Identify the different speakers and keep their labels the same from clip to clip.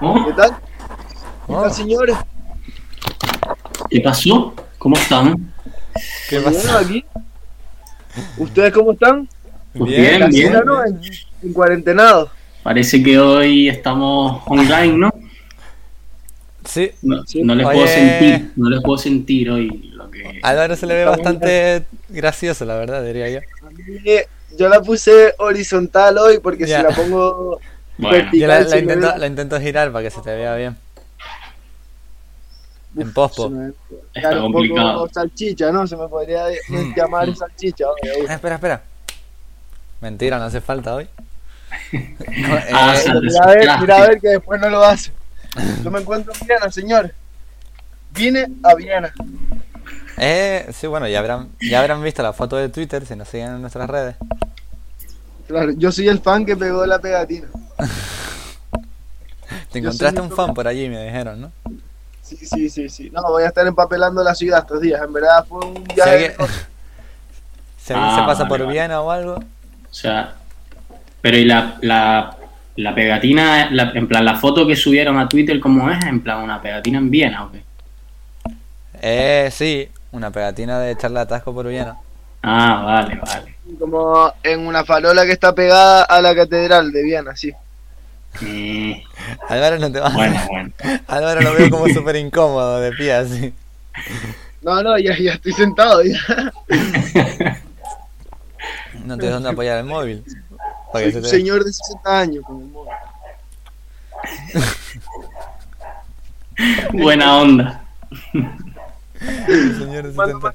Speaker 1: ¿Oh?
Speaker 2: ¿Qué tal? ¿Qué
Speaker 3: Oh,
Speaker 2: tal, señores?
Speaker 1: ¿Qué pasó? ¿Cómo están?
Speaker 3: ¿Qué
Speaker 2: Bueno,
Speaker 3: pasa?
Speaker 2: aquí. ¿Ustedes cómo están?
Speaker 1: Pues
Speaker 3: Bien,
Speaker 1: bien, bien.
Speaker 2: Casita, ¿no? En, en cuarentenado.
Speaker 1: Parece que hoy estamos online, ¿no?
Speaker 3: Sí,
Speaker 1: No,
Speaker 2: Sí.
Speaker 1: no les
Speaker 3: Oye.
Speaker 1: puedo sentir, no les puedo sentir hoy lo que...
Speaker 3: a Álvaro se le ve
Speaker 2: Está
Speaker 3: bastante gracioso, la verdad, diría yo.
Speaker 2: A mí, eh, Yo la puse horizontal hoy porque
Speaker 3: Ya.
Speaker 2: si la pongo
Speaker 1: Bueno,
Speaker 3: Yo la,
Speaker 2: vertical
Speaker 3: la
Speaker 2: se me
Speaker 3: intento,
Speaker 1: ¿eh?
Speaker 2: ve-
Speaker 3: la intento girar para que se te vea bien. En pospo.
Speaker 2: se me ve-
Speaker 1: Está
Speaker 2: claro, un poco
Speaker 1: complicado.
Speaker 2: salchicha, ¿no? Se me podría de-
Speaker 3: Mm.
Speaker 2: llamar salchicha. oye,
Speaker 3: Ah, espera, espera. Mentira, no hace falta hoy. No, eh,
Speaker 1: Ah,
Speaker 2: oye.
Speaker 1: sal-
Speaker 2: Mira a ver, mira a ver que después no lo hace. Yo me encuentro en Viena, señor. Vine a Viena.
Speaker 3: eh, sí, bueno, ya habrán, ya habrán visto la foto de Twitter si nos siguen en nuestras redes.
Speaker 2: Claro, yo soy el fan que pegó la pegatina.
Speaker 3: Te
Speaker 2: Yo
Speaker 3: encontraste
Speaker 2: soy
Speaker 3: un
Speaker 2: un
Speaker 3: fan por allí, me dijeron, ¿no?
Speaker 2: Sí, sí, sí, sí. No, voy a estar empapelando la ciudad estos días. En verdad fue un
Speaker 3: Si
Speaker 2: viaje.
Speaker 3: alguien, si alguien se
Speaker 1: Ah,
Speaker 3: pasa
Speaker 1: vale,
Speaker 3: por
Speaker 1: vale.
Speaker 3: Viena o algo,
Speaker 1: O sea, pero y la, la, la pegatina, la- en plan, la foto que subieron a Twitter, ¿cómo es? En plan, una pegatina en Viena, ¿o qué?
Speaker 3: eh, sí, una pegatina de charla de atasco por Viena.
Speaker 1: Ah, vale, vale.
Speaker 2: Como en una farola que está pegada a la catedral de Viena, sí.
Speaker 1: Mm,
Speaker 3: Álvaro no te vas.
Speaker 1: bueno, bueno.
Speaker 3: Álvaro lo veo como súper incómodo de pie así.
Speaker 2: No, no, ya, ya estoy sentado. Ya.
Speaker 3: No te dónde apoyar el móvil. Para que
Speaker 2: Soy un
Speaker 3: se te-
Speaker 2: señor de 60 años. Como...
Speaker 1: Buena onda.
Speaker 3: un señor de 70.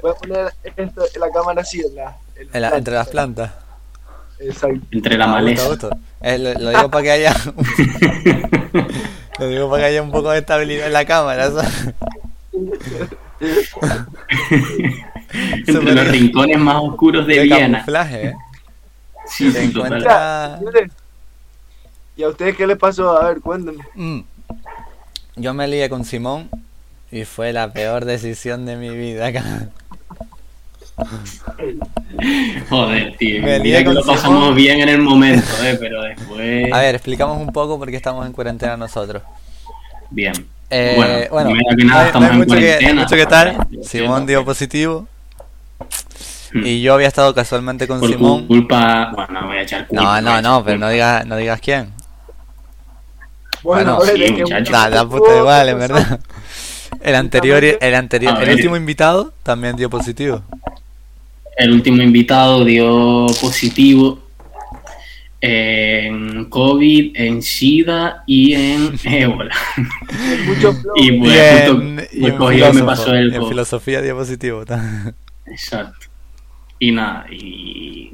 Speaker 2: Voy a poner esto, la cámara así en la. en
Speaker 3: En la- entre las plantas.
Speaker 2: Exacto.
Speaker 1: Entre la
Speaker 3: Ah,
Speaker 1: maleza.
Speaker 3: gusto, gusto. Eh, lo, lo digo para que haya. lo digo para que haya un poco de estabilidad en la cámara. ¿sabes?
Speaker 1: Entre los rincones más oscuros de
Speaker 3: Qué
Speaker 1: Viena.
Speaker 3: camuflaje, ¿eh?
Speaker 1: Sí,
Speaker 3: Te
Speaker 1: sí, total.
Speaker 3: encuentras-
Speaker 2: señores, ¿Y a ustedes qué les pasó? A ver, cuéntenme.
Speaker 3: Mm. Yo me lié con Simón y fue la peor decisión de mi vida. cabrón.
Speaker 1: Joder, tío.
Speaker 3: Me lié
Speaker 1: Mira que
Speaker 3: con
Speaker 1: lo
Speaker 3: Simón.
Speaker 1: pasamos bien en el momento, eh, pero después.
Speaker 3: A ver, explicamos un poco por qué estamos en cuarentena nosotros.
Speaker 1: Bien.
Speaker 3: Eh,
Speaker 1: bueno,
Speaker 3: bueno,
Speaker 1: primero que nada,
Speaker 3: no hay- no
Speaker 1: estamos
Speaker 3: hay
Speaker 1: en
Speaker 3: mucho que,
Speaker 1: cuarentena.
Speaker 3: mucho que tal. Simón dio positivo y yo había estado casualmente con
Speaker 1: Hmm. Por
Speaker 3: Simón.
Speaker 1: culpa. Bueno, no voy a echar culpa.
Speaker 3: No,
Speaker 1: voy a
Speaker 3: no,
Speaker 1: echar
Speaker 3: no, pero
Speaker 1: culpa.
Speaker 3: no digas, no digas quién. Bueno,
Speaker 2: a ver,
Speaker 1: sí,
Speaker 2: es que-
Speaker 1: muchachos.
Speaker 3: Da, da puta igual, en verdad. El anterior, el anterior,
Speaker 1: A
Speaker 3: el
Speaker 1: ver.
Speaker 3: último invitado también dio positivo.
Speaker 1: El último invitado dio positivo en COVID, en SIDA y en ébola.
Speaker 2: Mucho flow.
Speaker 1: Y
Speaker 3: Y
Speaker 1: pues,
Speaker 3: en-
Speaker 1: justo,
Speaker 3: y
Speaker 1: pues
Speaker 3: en
Speaker 1: cogido, me
Speaker 3: filósofo,
Speaker 1: pasó pues. el
Speaker 3: en
Speaker 1: COVID.
Speaker 3: filosofía dio positivo. también.
Speaker 1: Exacto. Y nada, y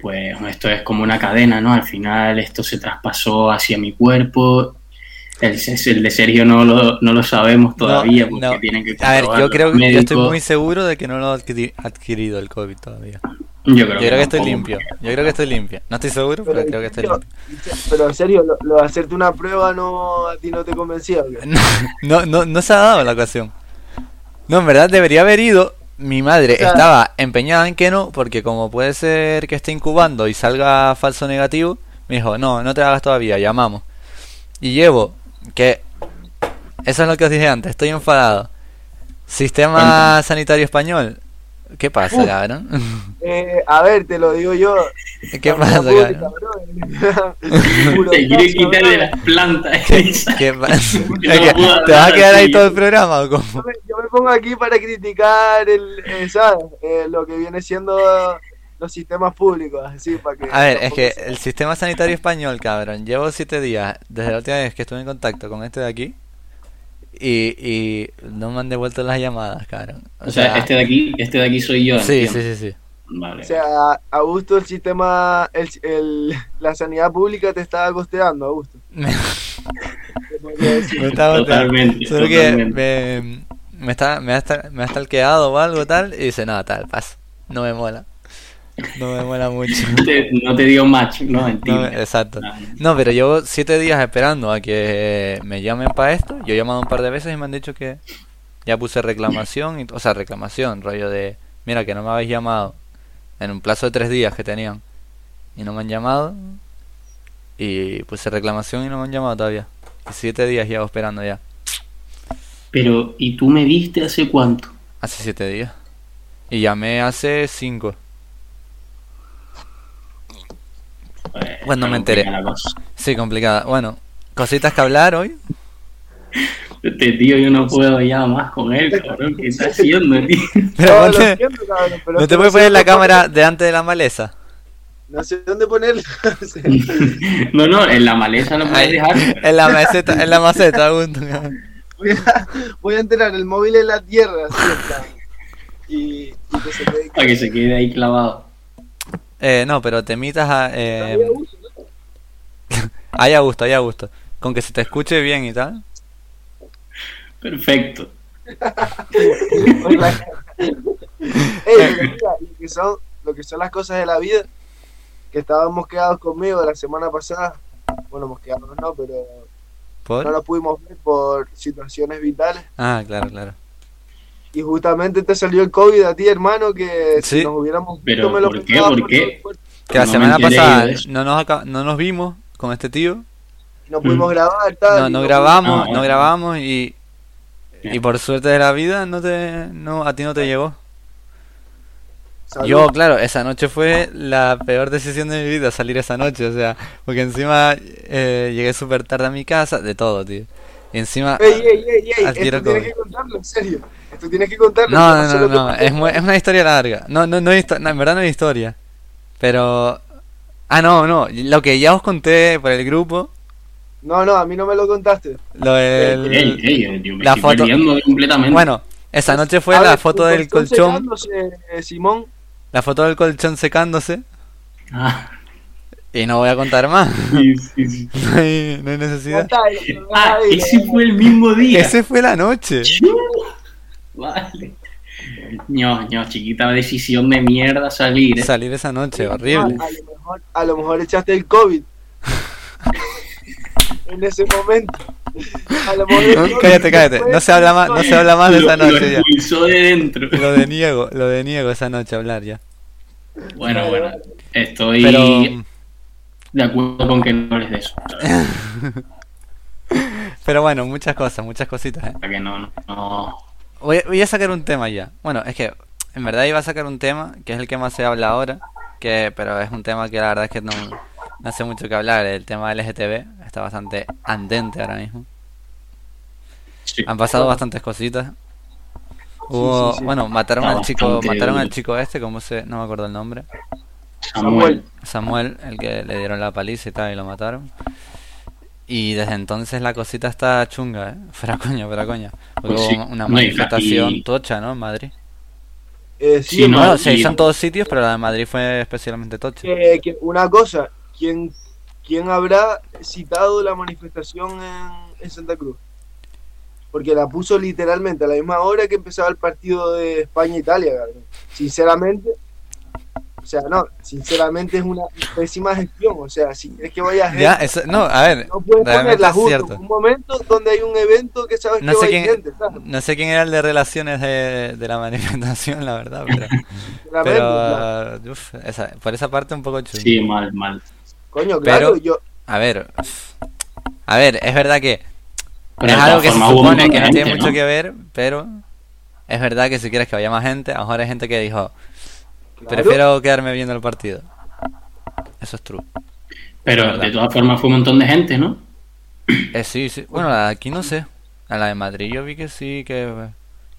Speaker 1: pues esto es como una cadena, ¿no? Al final esto se traspasó hacia mi cuerpo. El, el de Sergio no lo, no lo sabemos todavía
Speaker 3: No,
Speaker 1: porque
Speaker 3: no.
Speaker 1: tienen que
Speaker 3: A ver,
Speaker 1: comprobarlo
Speaker 3: yo creo
Speaker 1: los
Speaker 3: que yo estoy
Speaker 1: médicos.
Speaker 3: muy seguro de que no lo he adquiri- adquirido el COVID todavía.
Speaker 1: Yo creo,
Speaker 3: Yo creo que estoy
Speaker 1: tampoco.
Speaker 3: limpio. Yo creo que estoy limpio. No estoy seguro, pero creo que estoy limpio.
Speaker 2: Pero en serio, lo, lo de hacerte una prueba no, a ti no te convencía. ¿o qué?
Speaker 3: No, no, no, no se ha dado la ocasión. No, en verdad debería haber ido. Mi madre
Speaker 2: Claro.
Speaker 3: estaba empeñada en que no, porque como puede ser que esté incubando y salga falso negativo, me dijo, no, no te hagas todavía, llamamos. Y llevo, que... Eso es lo que os dije antes, estoy enfadado. Sistema
Speaker 1: Cuéntame.
Speaker 3: sanitario español. ¿Qué pasa,
Speaker 2: Uf.
Speaker 3: cabrón?
Speaker 2: Eh, a ver, te lo digo yo.
Speaker 3: ¿Qué pasa, cabrón?
Speaker 1: Te quiere quitar de las plantas. esa.
Speaker 3: ¿Qué pasa?
Speaker 1: Yo no puedo
Speaker 3: ¿Te vas a
Speaker 1: hablar
Speaker 3: quedar ahí
Speaker 1: así.
Speaker 3: todo el programa o cómo?
Speaker 2: Yo me, yo me pongo aquí para criticar el, eh, ¿sabes? Eh, lo que viene siendo los sistemas públicos. Así, para que
Speaker 3: A ver, es que el sistema sanitario español, cabrón, llevo siete días desde la última vez que estuve en contacto con este de aquí y, y no me han devuelto las llamadas, cabrón. O,
Speaker 1: O sea, este de aquí, este de aquí soy yo.
Speaker 3: sí,
Speaker 1: entiendo.
Speaker 3: sí, sí, sí.
Speaker 1: Vale.
Speaker 2: O sea, Augusto, el sistema, el, el- la sanidad pública te estaba costeando, Augusto.
Speaker 3: Me,
Speaker 2: Te podría decir.
Speaker 3: me estaba
Speaker 1: Totalmente,
Speaker 3: Solo que
Speaker 1: totalmente.
Speaker 3: me, me, está, me, ha esta- me ha stalkeado o algo tal y dice, no, tal, paz, no me mola. No me mola mucho.
Speaker 1: Te- no te dio match, ¿no? En
Speaker 3: No,
Speaker 1: Tinder.
Speaker 3: exacto.
Speaker 1: Ah.
Speaker 3: No, pero llevo siete días esperando a que eh, me llamen para esto. Yo he llamado un par de veces y me han dicho que ya puse reclamación, y- o sea, reclamación, rollo de, mira que no me habéis llamado en un plazo de tres días que tenían y no me han llamado. Y puse reclamación y no me han llamado todavía. Y siete días llevo esperando ya.
Speaker 1: Pero, ¿y tú me viste hace cuánto?
Speaker 3: Hace siete días. Y llamé hace cinco.
Speaker 1: Pues,
Speaker 3: Cuando
Speaker 1: complicada
Speaker 3: me enteré.
Speaker 1: la cosa.
Speaker 3: Sí, complicada. Bueno, cositas que hablar hoy.
Speaker 1: Este tío, yo no puedo ya más con él, cabrón. ¿Qué está haciendo, tío?
Speaker 3: Pero
Speaker 2: No, lo
Speaker 3: ponte-
Speaker 2: entiendo, cabrón, pero
Speaker 3: no
Speaker 2: es
Speaker 3: te
Speaker 2: que
Speaker 3: puedes
Speaker 2: sé
Speaker 3: poner la
Speaker 2: dónde
Speaker 3: cámara delante de la maleza.
Speaker 2: poner- No sé dónde ponerla. o sea,
Speaker 3: Mm.
Speaker 1: No, no, en la maleza lo puedes
Speaker 3: Ahí,
Speaker 1: dejar. pero-
Speaker 3: en la maceta, en la maceta. aún.
Speaker 2: voy, a, voy a enterar el móvil en la tierra. así, en plan, y, y que se quede.
Speaker 1: Para que se quede ahí clavado.
Speaker 3: Eh, no, pero temitas a, eh,
Speaker 2: Había uso, ¿no?
Speaker 3: ahí a gusto, ahí a gusto. Con que se te escuche bien y tal.
Speaker 1: Perfecto.
Speaker 2: Por la cara. Ey, pero mira, lo que, son, lo que son las cosas de la vida, que estábamos quedados conmigo la semana pasada. Bueno, hemos quedado, no, pero
Speaker 3: ¿Por?
Speaker 2: no lo pudimos ver por situaciones vitales.
Speaker 3: Ah, claro, claro.
Speaker 2: Y justamente te salió el COVID a ti, hermano, que
Speaker 3: Sí.
Speaker 2: si nos hubiéramos
Speaker 1: Pero,
Speaker 2: me lo
Speaker 1: ¿por qué?
Speaker 2: pensaba
Speaker 1: ¿Por
Speaker 2: por
Speaker 1: qué?
Speaker 2: todo el cuerpo.
Speaker 3: Que
Speaker 1: No
Speaker 3: la
Speaker 1: ¿eh? me
Speaker 3: semana
Speaker 1: enteré
Speaker 3: pasada
Speaker 1: de eso.
Speaker 3: no nos, aca- no nos vimos con este tío.
Speaker 2: Y no pudimos
Speaker 1: Mm.
Speaker 2: grabar, tal.
Speaker 3: No,
Speaker 2: y
Speaker 3: no grabamos,
Speaker 1: Ah,
Speaker 3: no
Speaker 1: bueno.
Speaker 3: grabamos y, y
Speaker 1: Bien.
Speaker 3: por suerte de la vida no te, no, a ti no te llegó.
Speaker 2: Salud.
Speaker 3: Yo, claro, esa noche fue la peor decisión de mi vida, salir esa noche, o sea, porque encima eh, llegué súper tarde a mi casa, de todo, tío. Y encima...
Speaker 2: Ey, ey, ey, ey,
Speaker 3: Ah, adquiero
Speaker 2: esto tienes
Speaker 3: COVID.
Speaker 2: que contarlo, en serio. Esto tienes que contarlo.
Speaker 3: No,
Speaker 2: porque
Speaker 3: no, no,
Speaker 2: solo
Speaker 3: no,
Speaker 2: tú-
Speaker 3: es, mu- es una historia larga. No, no, no, hay histo- no, en verdad no es historia. Pero... Ah, no, no, lo que ya os conté por el grupo,
Speaker 2: No, no, a mí no me lo contaste.
Speaker 3: lo del...
Speaker 1: Ey, ey, yo- yo me
Speaker 3: la
Speaker 1: estoy
Speaker 3: foto-
Speaker 1: perdiendo completamente.
Speaker 3: Bueno, esa noche fue
Speaker 2: Abre
Speaker 3: la
Speaker 2: tu
Speaker 3: foto del colchón,
Speaker 2: secándose, eh, Simón.
Speaker 3: la foto del colchón secándose,
Speaker 1: Ah,
Speaker 3: y no voy a contar más,
Speaker 1: sí, sí, sí.
Speaker 3: no hay, no hay necesidad.
Speaker 2: Contalo,
Speaker 1: Ah,
Speaker 2: ay,
Speaker 1: ese
Speaker 2: eh,
Speaker 1: fue el mismo día.
Speaker 3: Ese fue la noche.
Speaker 1: Vale. No, no, chiquita decisión de mierda salir. ¿eh?
Speaker 3: Salir esa noche, horrible.
Speaker 2: A lo, mejor, a lo mejor echaste el COVID. en ese momento. A lo mejor el
Speaker 3: No,
Speaker 2: COVID
Speaker 3: cállate, cállate.
Speaker 2: fue-
Speaker 3: No se habla más, no se habla más de
Speaker 1: Ah, Lo-
Speaker 3: esa
Speaker 1: lo
Speaker 3: noche ya.
Speaker 1: expulsó de dentro.
Speaker 3: Lo deniego, lo deniego esa noche hablar ya.
Speaker 1: Bueno, bueno, estoy
Speaker 3: Pero,
Speaker 1: de acuerdo con que no les de eso.
Speaker 3: pero bueno, muchas cosas, muchas cositas. ¿eh?
Speaker 1: Para que no, no, no.
Speaker 3: Voy, voy a sacar un tema ya. Bueno, es que en verdad iba a sacar un tema que es el que más se habla ahora, que pero es un tema que la verdad es que no, no hace mucho que hablar. El tema LGTB está bastante andente ahora mismo.
Speaker 1: Sí.
Speaker 3: Han pasado bastantes cositas. Hubo,
Speaker 2: sí, sí.
Speaker 3: bueno, mataron
Speaker 1: Está
Speaker 3: al chico,
Speaker 1: bastante
Speaker 3: mataron al
Speaker 1: duro.
Speaker 3: chico este, como se, no me acuerdo el nombre.
Speaker 1: Samuel.
Speaker 3: Samuel, el que le dieron la paliza y tal, y lo mataron. Y desde entonces la cosita está chunga, ¿eh? Fuera coña, fuera coña. Porque
Speaker 1: Pues
Speaker 3: hubo
Speaker 1: sí.
Speaker 3: una
Speaker 1: No, y-
Speaker 3: manifestación
Speaker 1: y-
Speaker 3: tocha, ¿no? En Madrid.
Speaker 2: Eh, sí,
Speaker 1: Sí, no,
Speaker 3: bueno, se
Speaker 1: y-
Speaker 3: hizo en todos sitios, pero la de Madrid fue especialmente tocha.
Speaker 2: que- que- una cosa. ¿quién, ¿Quién habrá citado la manifestación en, en Santa Cruz? Porque la puso literalmente a la misma hora que empezaba el partido de España-Italia, cabrón. Sinceramente. O sea, no, sinceramente es una pésima gestión. O sea, si quieres que vaya gente
Speaker 3: Ya, eso, no, a ver,
Speaker 2: No puedes
Speaker 3: realmente
Speaker 2: ponerla
Speaker 3: es
Speaker 2: justo
Speaker 3: cierto.
Speaker 2: en un momento donde hay un evento que sabes
Speaker 3: No
Speaker 2: que
Speaker 3: sé
Speaker 2: va
Speaker 3: quién-
Speaker 2: a ir gente, ¿sabes?
Speaker 3: No sé quién era el de relaciones de, de la manifestación, la verdad, pero,
Speaker 2: Claramente, claro.
Speaker 3: pero, uf, esa- por esa parte un poco chunga.
Speaker 1: Sí, mal, mal.
Speaker 2: Coño,
Speaker 3: pero-
Speaker 2: claro, yo...
Speaker 3: A ver, a ver, es verdad que
Speaker 1: Pero
Speaker 3: es
Speaker 1: de
Speaker 3: algo
Speaker 1: todas
Speaker 3: que se
Speaker 1: formas hubo un
Speaker 3: supone que
Speaker 1: montón
Speaker 3: no
Speaker 1: de
Speaker 3: tiene
Speaker 1: gente,
Speaker 3: mucho que ver, pero es verdad que si quieres que vaya más gente, a lo mejor hay gente que dijo,
Speaker 2: claro,
Speaker 3: prefiero quedarme viendo el partido. Eso es true.
Speaker 1: Pero
Speaker 3: Verdad.
Speaker 1: de todas formas fue un montón de gente, ¿no?
Speaker 3: Eh, sí, sí. Bueno, la de aquí no sé. A la de Madrid yo vi que sí, que...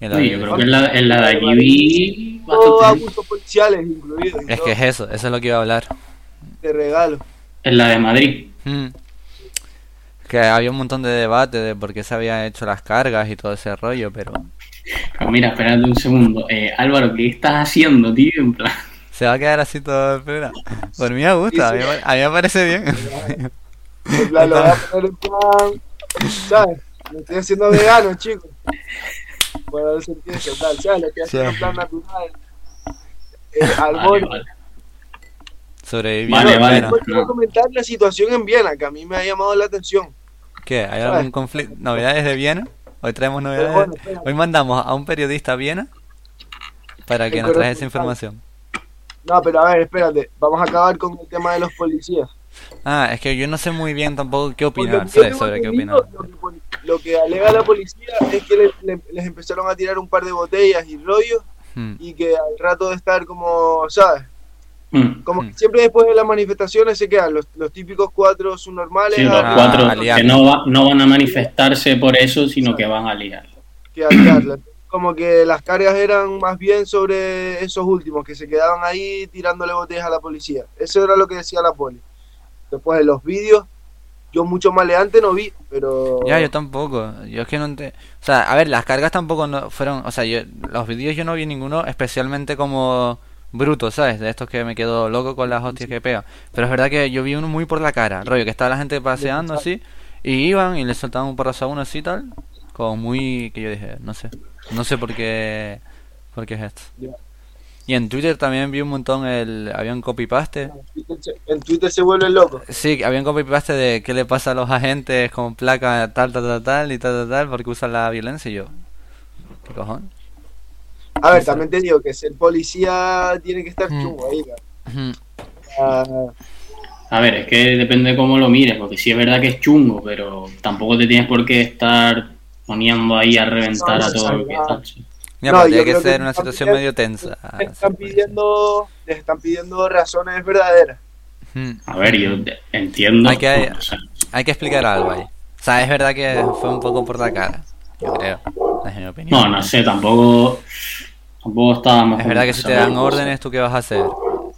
Speaker 3: y la
Speaker 1: Sí,
Speaker 3: de-
Speaker 1: yo creo que en la, en la de aquí vi
Speaker 2: todos
Speaker 1: bastante gente.
Speaker 2: abusos policiales incluidos. y
Speaker 3: Es
Speaker 2: todo,
Speaker 3: que es eso, eso es lo que iba a hablar.
Speaker 2: Te regalo.
Speaker 1: En la de Madrid.
Speaker 3: Mm. Que había un montón de debate de por qué se habían hecho las cargas y todo ese rollo, pero
Speaker 1: Pero mira, espérate un segundo. Eh, Álvaro, ¿qué estás haciendo, tío? En plan,
Speaker 3: se va a quedar así todo el programa. Por mí me gusta, a mí, me- a mí me parece bien.
Speaker 2: En plan, lo voy a poner en plan... ¿Sabes? Me estoy haciendo vegano, chicos. Para dar sentencia, tal, ¿sabes? Lo estoy haciendo en plan natural. Eh, al
Speaker 1: vale,
Speaker 2: borde.
Speaker 1: vale.
Speaker 3: Sobrevivir.
Speaker 1: Vale,
Speaker 2: No,
Speaker 1: vale.
Speaker 2: después quiero comentar la situación en Viena, que a mí me ha llamado la atención.
Speaker 3: ¿Qué? ¿Hay
Speaker 2: ¿Sabes?
Speaker 3: algún conflicto? ¿Novedades de Viena? Hoy traemos
Speaker 2: Pero
Speaker 3: novedades.
Speaker 2: bueno, espera,
Speaker 3: Hoy mandamos a un periodista a Viena para que
Speaker 2: El
Speaker 3: nos traiga esa
Speaker 2: corresponsal.
Speaker 3: información.
Speaker 2: No, pero a ver, espérate, vamos a acabar con el tema de los policías.
Speaker 3: Ah, es que yo no sé muy bien tampoco qué
Speaker 2: Porque
Speaker 3: opinar,
Speaker 2: yo
Speaker 3: sé
Speaker 2: tengo
Speaker 3: sobre qué opinar.
Speaker 2: entendido, Lo que, pon- lo que alega la policía es que le- le- les empezaron a tirar un par de botellas y rollos
Speaker 3: Hmm.
Speaker 2: y que al rato de estar como, ¿sabes?
Speaker 1: Mm.
Speaker 2: Como que
Speaker 3: Mm.
Speaker 2: siempre después de las manifestaciones se quedan los, los típicos cuatro subnormales
Speaker 1: Sí, los
Speaker 2: a-
Speaker 1: cuatro
Speaker 3: a Ah, liar.
Speaker 1: que no, va- no van a manifestarse por eso, sino que van a liar.
Speaker 2: que a liarla. Como que las cargas eran más bien sobre esos últimos que se quedaban ahí tirándole botellas a la policía. Eso era lo que decía la poli. Después de los vídeos, yo mucho maleante no vi, pero...
Speaker 3: Ya, yo tampoco. Yo es que no ente- O sea, a ver, las cargas tampoco no fueron. O sea, yo, los vídeos yo no vi ninguno especialmente como bruto, ¿sabes? De estos que me quedo loco con las hostias que pega. Pero es verdad que yo vi uno muy por la cara, rollo, que estaba la gente paseando así. Y iban y le soltaban un porrazo a uno así y tal. Como muy. que yo dije, no sé. No sé por qué. por qué es esto.
Speaker 2: Ya.
Speaker 3: Y en Twitter también vi un montón el. había un copy-paste.
Speaker 2: En Twitter se- En Twitter se vuelven locos.
Speaker 3: Sí, había un copy-paste de qué le pasa a los agentes con placa tal, tal, tal, tal y tal, tal, tal, porque usan la violencia y yo. ¿Qué cojón?
Speaker 2: A ver, también te digo que ser policía tiene que estar
Speaker 3: Mm.
Speaker 2: chungo ahí. cara.
Speaker 3: Ujú.
Speaker 2: Ah,
Speaker 1: A ver, es que depende de cómo lo mires, porque sí es verdad que es chungo, pero tampoco te tienes por qué estar poniendo ahí a reventar
Speaker 2: No,
Speaker 1: a todo
Speaker 2: no,
Speaker 1: lo que
Speaker 2: no.
Speaker 1: está.
Speaker 3: Ya,
Speaker 2: No,
Speaker 3: pero
Speaker 2: yo
Speaker 3: tiene que
Speaker 2: creo que
Speaker 3: ser una
Speaker 2: están
Speaker 3: situación
Speaker 2: pidiendo-
Speaker 3: medio tensa.
Speaker 2: les, están
Speaker 3: sí, puede
Speaker 2: pidiendo, les están pidiendo razones verdaderas.
Speaker 3: ser. Ujú.
Speaker 1: A ver, yo te- entiendo.
Speaker 3: Hay que-
Speaker 1: o sea,
Speaker 3: Hay que explicar algo ahí. O sea, es verdad que fue un poco por la cara, yo creo. Es mi opinión.
Speaker 1: no, no sé, tampoco. Tampoco estábamos.
Speaker 3: Es verdad que si te dan
Speaker 1: ¿sabes?
Speaker 3: órdenes, ¿tú qué vas a hacer?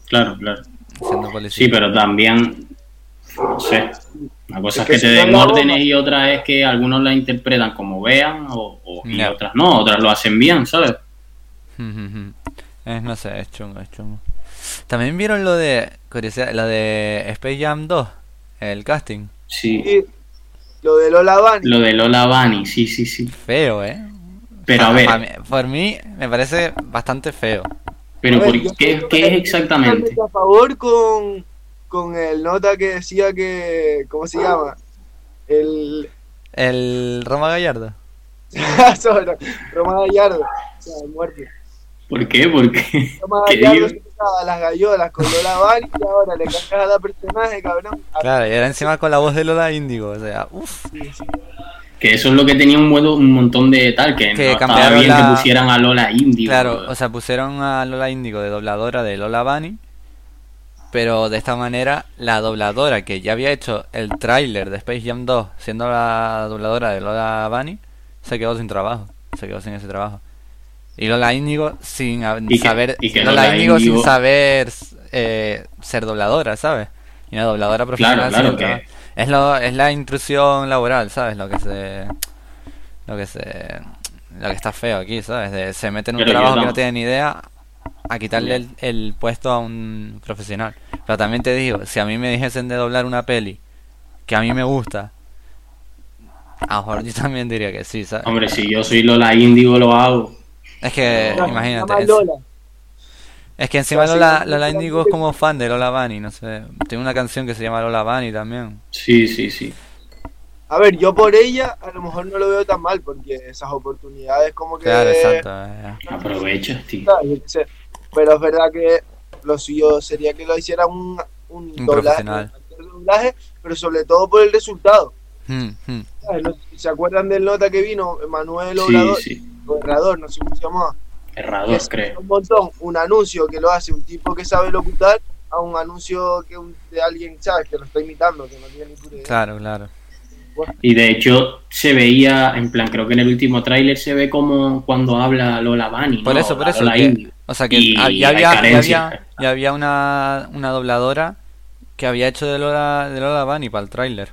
Speaker 1: Claro, claro.
Speaker 3: Siendo policía.
Speaker 1: Sí, pero también, no sé, una
Speaker 2: Es
Speaker 1: cosa es
Speaker 2: que
Speaker 1: que,
Speaker 2: si
Speaker 1: te den
Speaker 2: no la
Speaker 1: órdenes
Speaker 2: bomba-
Speaker 1: y otra es que algunos la interpretan como vean o, o- y
Speaker 3: Ya.
Speaker 1: otras no, otras lo hacen bien, ¿sabes?
Speaker 3: Ujú, ujú. Es, no sé, es chungo, es chungo. También vieron lo de. Curiosidad, lo de Space Jam 2, el casting.
Speaker 1: Sí.
Speaker 2: Y lo de Lola Bunny,
Speaker 1: Lo de Lola Bunny, sí, sí, sí.
Speaker 3: Feo, ¿eh?
Speaker 1: Pero a
Speaker 3: Ah,
Speaker 1: ver,
Speaker 3: pa' mí- por mí me parece bastante feo.
Speaker 1: pero
Speaker 2: A ver,
Speaker 1: por-
Speaker 2: yo estoy
Speaker 1: ¿qué, qué es
Speaker 2: totalmente-
Speaker 1: exactamente?
Speaker 2: totalmente A favor con, con el nota que decía que. ¿Cómo se llama? El.
Speaker 3: El Roma Gallardo.
Speaker 2: Sobre, Roma Gallardo. O sea, muerte.
Speaker 1: ¿Por qué? Porque
Speaker 2: Roma
Speaker 1: ¿Qué
Speaker 2: Gallardo
Speaker 1: digo?
Speaker 2: se puso a las gallolas con Lola Bunny y ahora le cargas a la personaje, cabrón. A-
Speaker 3: Claro, y era encima con la voz de Lola Índigo. O sea, uff.
Speaker 2: sí, sí.
Speaker 1: que eso es lo que tenía un, huevo- un montón de tal, que, no estaba
Speaker 3: cambiaron
Speaker 1: bien
Speaker 3: la-
Speaker 1: que pusieran a Lola Indy.
Speaker 3: Claro, o sea, pusieron a Lola Índigo de dobladora de Lola Bunny. Pero de esta manera, la dobladora que ya había hecho el tráiler de Space Jam 2, siendo la dobladora de Lola Bunny, se quedó sin trabajo. Se quedó sin ese trabajo. Y Lola Índigo sin hab-
Speaker 1: Y que-
Speaker 3: saber.
Speaker 1: y que
Speaker 3: Lola,
Speaker 1: Lola
Speaker 3: Índigo sin
Speaker 1: Índigo-
Speaker 3: saber eh, ser dobladora, ¿sabes? Y una dobladora profesional. sin
Speaker 1: claro,
Speaker 3: el
Speaker 1: que-
Speaker 3: trabajo. Es, lo, es la intrusión laboral, ¿sabes? Lo que se. Lo que se. Lo que está feo aquí, ¿sabes? De- se mete en un
Speaker 1: Pero yo
Speaker 3: trabajo que no
Speaker 1: no.
Speaker 3: tiene ni idea a quitarle el, el puesto a un profesional. Pero también te digo, si a mí me dijesen de doblar una peli que a mí me gusta, a lo mejor yo también diría que sí, ¿sabes?
Speaker 1: Hombre, si yo soy Lola Indigo lo hago.
Speaker 3: Es que,
Speaker 1: No,
Speaker 3: Eh, imagínate.
Speaker 2: Llama a
Speaker 3: es-
Speaker 2: Lola.
Speaker 3: es que encima
Speaker 2: Así
Speaker 3: Lola,
Speaker 2: que-
Speaker 3: Lola Indigo es como fan de Lola Bunny, no sé. Tiene una canción que se llama Lola Bunny también.
Speaker 1: Sí, sí, sí.
Speaker 2: A ver, yo por ella a lo mejor no lo veo tan mal, porque esas oportunidades como que...
Speaker 3: Claro, exacto. eh.
Speaker 1: Aprovecha, tío.
Speaker 2: Claro, yo qué sé. Pero es verdad que lo suyo sería que lo hiciera un, un,
Speaker 3: Un
Speaker 2: doblaje,
Speaker 3: profesional.
Speaker 2: un doblaje, pero sobre todo por el resultado.
Speaker 3: Hmm, hmm.
Speaker 2: ¿Sabes? No- ¿Se acuerdan del nota que vino Manuel
Speaker 1: Sí,
Speaker 2: Obrador?
Speaker 1: sí.
Speaker 2: O Herrador, no sé cómo se llamaba.
Speaker 1: Errador,
Speaker 2: Es
Speaker 1: creo.
Speaker 2: Un montón, un anuncio que lo hace un tipo que sabe locutar a un anuncio que un- de alguien, ¿sabes? Que lo está imitando, que no tiene ni puta idea.
Speaker 3: Claro, claro.
Speaker 1: Y de hecho se veía, en plan, creo que en el último tráiler se ve como cuando habla Lola Bunny.
Speaker 3: Por
Speaker 1: ¿no?
Speaker 3: eso, por
Speaker 1: La
Speaker 3: eso.
Speaker 1: Lola
Speaker 3: que-
Speaker 1: Índigo.
Speaker 3: o sea que
Speaker 1: Y
Speaker 3: ah, ya
Speaker 1: hay
Speaker 3: había, ya
Speaker 1: carencias.
Speaker 3: había, ya había una, una dobladora que había hecho de Lola, de Lola Bunny para el tráiler.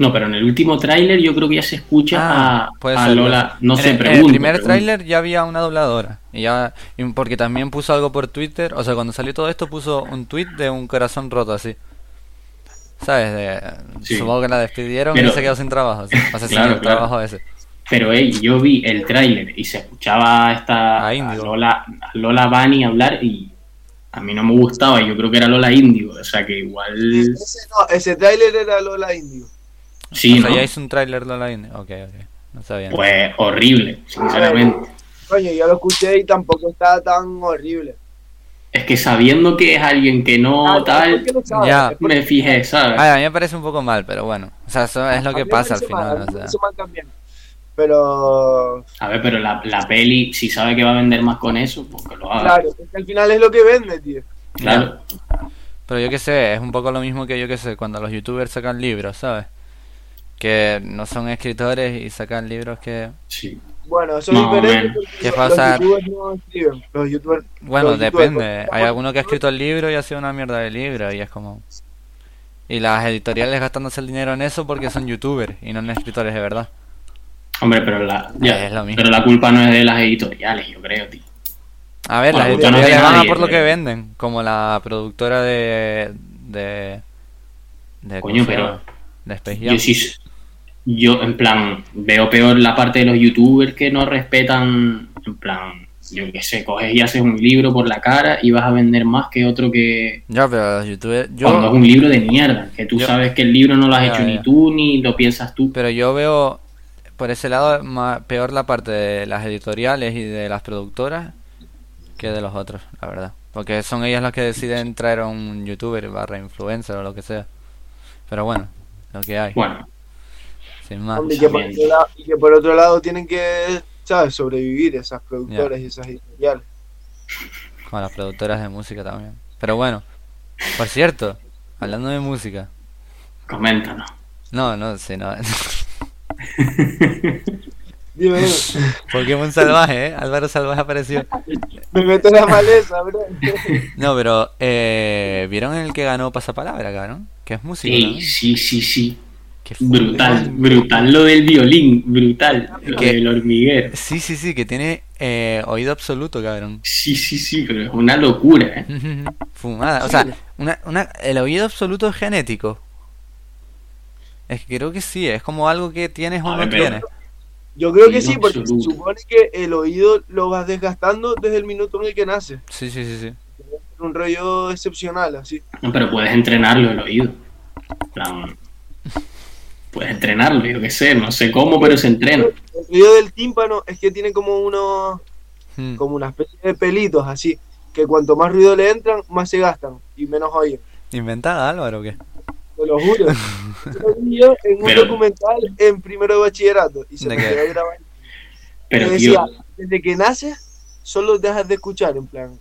Speaker 1: No, pero en el último tráiler yo creo que ya se escucha
Speaker 3: Ah,
Speaker 1: a,
Speaker 3: puede
Speaker 1: a
Speaker 3: ser,
Speaker 1: Lola.
Speaker 3: puede
Speaker 1: No
Speaker 3: ser.
Speaker 1: se
Speaker 3: en, el-
Speaker 1: pregunta.
Speaker 3: En el primer tráiler ya había una dobladora. Y ya, y porque también puso algo por Twitter. O sea, cuando salió todo esto puso un tweet de un corazón roto así. ¿Sabes? De-
Speaker 1: Sí.
Speaker 3: Supongo que la despidieron y
Speaker 1: Pero-
Speaker 3: se quedó sin trabajo. sí. O sea, sin
Speaker 1: Claro,
Speaker 3: el
Speaker 1: claro.
Speaker 3: trabajo ese.
Speaker 1: Pero ey, yo vi el tráiler y se escuchaba a esta
Speaker 3: A
Speaker 1: a
Speaker 3: Índigo.
Speaker 1: Lola, a Lola Bunny hablar y a mí no me gustaba. Yo creo que era Lola Índigo. O sea que igual.
Speaker 2: Ese, no, ese tráiler era Lola Indio.
Speaker 1: Sí,
Speaker 3: o sea,
Speaker 1: ¿no?
Speaker 3: ya hizo un tráiler Lola Índigo. Ok, ok. No sabía.
Speaker 1: Pues horrible, sinceramente.
Speaker 2: Coño, yo lo escuché y tampoco estaba tan horrible.
Speaker 1: Es que sabiendo que es alguien que no
Speaker 2: Ah, es
Speaker 1: tal,
Speaker 2: porque lo sabe,
Speaker 3: ya.
Speaker 2: es porque-
Speaker 1: me fijé, ¿sabes?
Speaker 3: Ay, a mí me parece un poco mal, pero bueno. O sea, eso es lo
Speaker 2: a
Speaker 3: que
Speaker 2: mí me
Speaker 3: pasa al
Speaker 2: parece mal, a mí
Speaker 3: final.
Speaker 2: me
Speaker 3: o sea.
Speaker 2: parece mal también. Pero
Speaker 1: A ver, pero la, la peli, si sabe que va a vender más con eso, pues que lo haga.
Speaker 2: claro, porque al final es lo que vende, tío.
Speaker 1: Claro.
Speaker 3: Pero yo qué sé, es un poco lo mismo que yo qué sé, cuando los youtubers sacan libros, ¿sabes? Que no son escritores y sacan libros que...
Speaker 1: Sí.
Speaker 2: Bueno, eso es
Speaker 1: No,
Speaker 2: diferente
Speaker 1: man.
Speaker 2: porque
Speaker 3: ¿Qué
Speaker 2: los
Speaker 3: pasa?
Speaker 2: youtubers no escriben, los youtubers
Speaker 3: Bueno,
Speaker 2: Los youtubers,
Speaker 3: depende.
Speaker 2: ¿no?
Speaker 3: Hay alguno que ha escrito el libro y ha sido una mierda de libro y es como... Y las editoriales gastándose el dinero en eso porque son youtubers y no en escritores de verdad.
Speaker 1: Hombre, pero la, ya,
Speaker 3: Es lo mismo.
Speaker 1: pero la culpa no es de las editoriales, yo creo, tío.
Speaker 3: A ver,
Speaker 1: Bueno,
Speaker 3: las
Speaker 1: culpa no es de
Speaker 3: editoriales van a
Speaker 1: nadie, eh.
Speaker 3: por lo
Speaker 1: pero-
Speaker 3: que venden, como la productora de... de... de
Speaker 1: Coño,
Speaker 3: ¿cómo se
Speaker 1: pero-
Speaker 3: llama? De Space Jam.
Speaker 1: Yo sí. Yo, en plan, veo peor la parte de los youtubers que no respetan. En plan, yo qué sé, coges y haces un libro por la cara y vas a vender más que otro que.
Speaker 3: Ya, pero los youtubers... Yo...
Speaker 1: Cuando es un libro de mierda, que tú
Speaker 3: Yo-
Speaker 1: sabes que el libro no lo has
Speaker 3: Ya,
Speaker 1: hecho
Speaker 3: ya.
Speaker 1: ni tú ni lo piensas tú.
Speaker 3: Pero yo veo por ese lado ma- peor la parte de las editoriales y de las productoras que de los otros, la verdad. Porque son ellas las que deciden traer a un youtuber barra influencer o lo que sea. Pero bueno, lo que hay,
Speaker 1: Bueno,
Speaker 3: sin más.
Speaker 2: hombre, y que por
Speaker 1: también.
Speaker 2: otro lado- y que por otro lado tienen que, ¿sabes? Sobrevivir esas productoras y esas editoriales.
Speaker 3: Con las productoras de música también. Pero bueno, por cierto, hablando de música.
Speaker 1: coméntanos.
Speaker 3: No, no, sí, no.
Speaker 2: Dime, dime.
Speaker 3: Pokémon Salvaje, ¿eh? Álvaro Salvaje apareció.
Speaker 2: me meto en la maleza, bro.
Speaker 3: No, pero eh, ¿vieron el que ganó Pasapalabra, cabrón? Que es músico,
Speaker 1: Sí,
Speaker 3: también.
Speaker 1: sí, sí, sí.
Speaker 3: Qué fuerte.
Speaker 1: Brutal, brutal lo del violín, brutal. Lo
Speaker 3: ¿Qué?
Speaker 1: del hormiguero.
Speaker 3: Sí, sí, sí, que tiene eh, oído absoluto, cabrón.
Speaker 1: Sí, sí, sí, pero es una locura, ¿eh?
Speaker 3: Fumada. O sea, una, una, el oído absoluto es genético. Es que creo que sí, es como algo que tienes o
Speaker 1: A
Speaker 3: no
Speaker 1: ver, pero-
Speaker 3: tienes.
Speaker 2: Yo creo que
Speaker 1: Sí,
Speaker 2: sí, porque se
Speaker 1: absoluto.
Speaker 2: supone que el oído lo vas desgastando desde el minuto en el que nace.
Speaker 3: Sí, sí, sí, sí.
Speaker 2: Un rollo excepcional, así.
Speaker 1: No, pero puedes entrenarlo el oído. En plan, puedes entrenarlo, yo qué sé, no sé cómo, pero se entrena.
Speaker 2: El ruido del tímpano es que tiene como unos,
Speaker 3: Mm.
Speaker 2: como una especie de pelitos así, que cuanto más ruido le entran, más se gastan y menos oyen.
Speaker 3: ¿Inventada, Álvaro, o qué?
Speaker 2: Te lo juro. Yo lo vi yo en un
Speaker 1: Pero-
Speaker 2: documental en primero de bachillerato y se
Speaker 3: ¿De
Speaker 2: me
Speaker 3: qué?
Speaker 2: quedó grabado.
Speaker 1: Pero,
Speaker 2: que
Speaker 1: tío,
Speaker 2: decía, desde que naces, solo dejas de escuchar, en plan.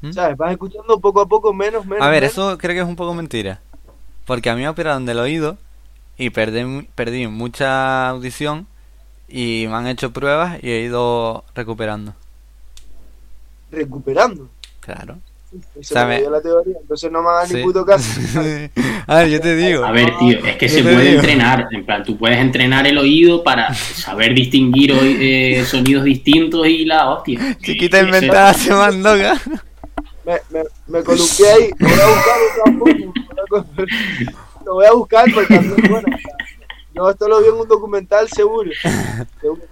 Speaker 3: ¿Mm?
Speaker 2: ¿Sabes? Vas escuchando poco a poco, menos, menos.
Speaker 3: A ver,
Speaker 2: menos.
Speaker 3: eso creo que es un poco mentira. Porque a mí me operaron del oído y perdí, mu- perdí mucha audición y me han hecho pruebas y he ido recuperando.
Speaker 2: Recuperando.
Speaker 3: Claro.
Speaker 2: Eso
Speaker 3: Sabe-
Speaker 2: me dio la teoría, entonces no me hagan
Speaker 3: Sí.
Speaker 2: Ah, ni puto caso.
Speaker 3: A ver, yo te digo.
Speaker 1: a ver, tío, es que
Speaker 3: Yo
Speaker 1: se
Speaker 3: te
Speaker 1: puede
Speaker 3: digo.
Speaker 1: entrenar. En plan, tú puedes entrenar el oído para saber distinguir oí- eh, sonidos distintos y la hostia.
Speaker 3: Chiquita
Speaker 1: Yo qué sé.
Speaker 3: inventada se mandó, ca-
Speaker 2: Me, me, me columpié ahí, lo voy a buscar otra foto, Lo voy a buscar porque también, bueno, o sea, yo esto lo vi en un documental seguro. Seguro.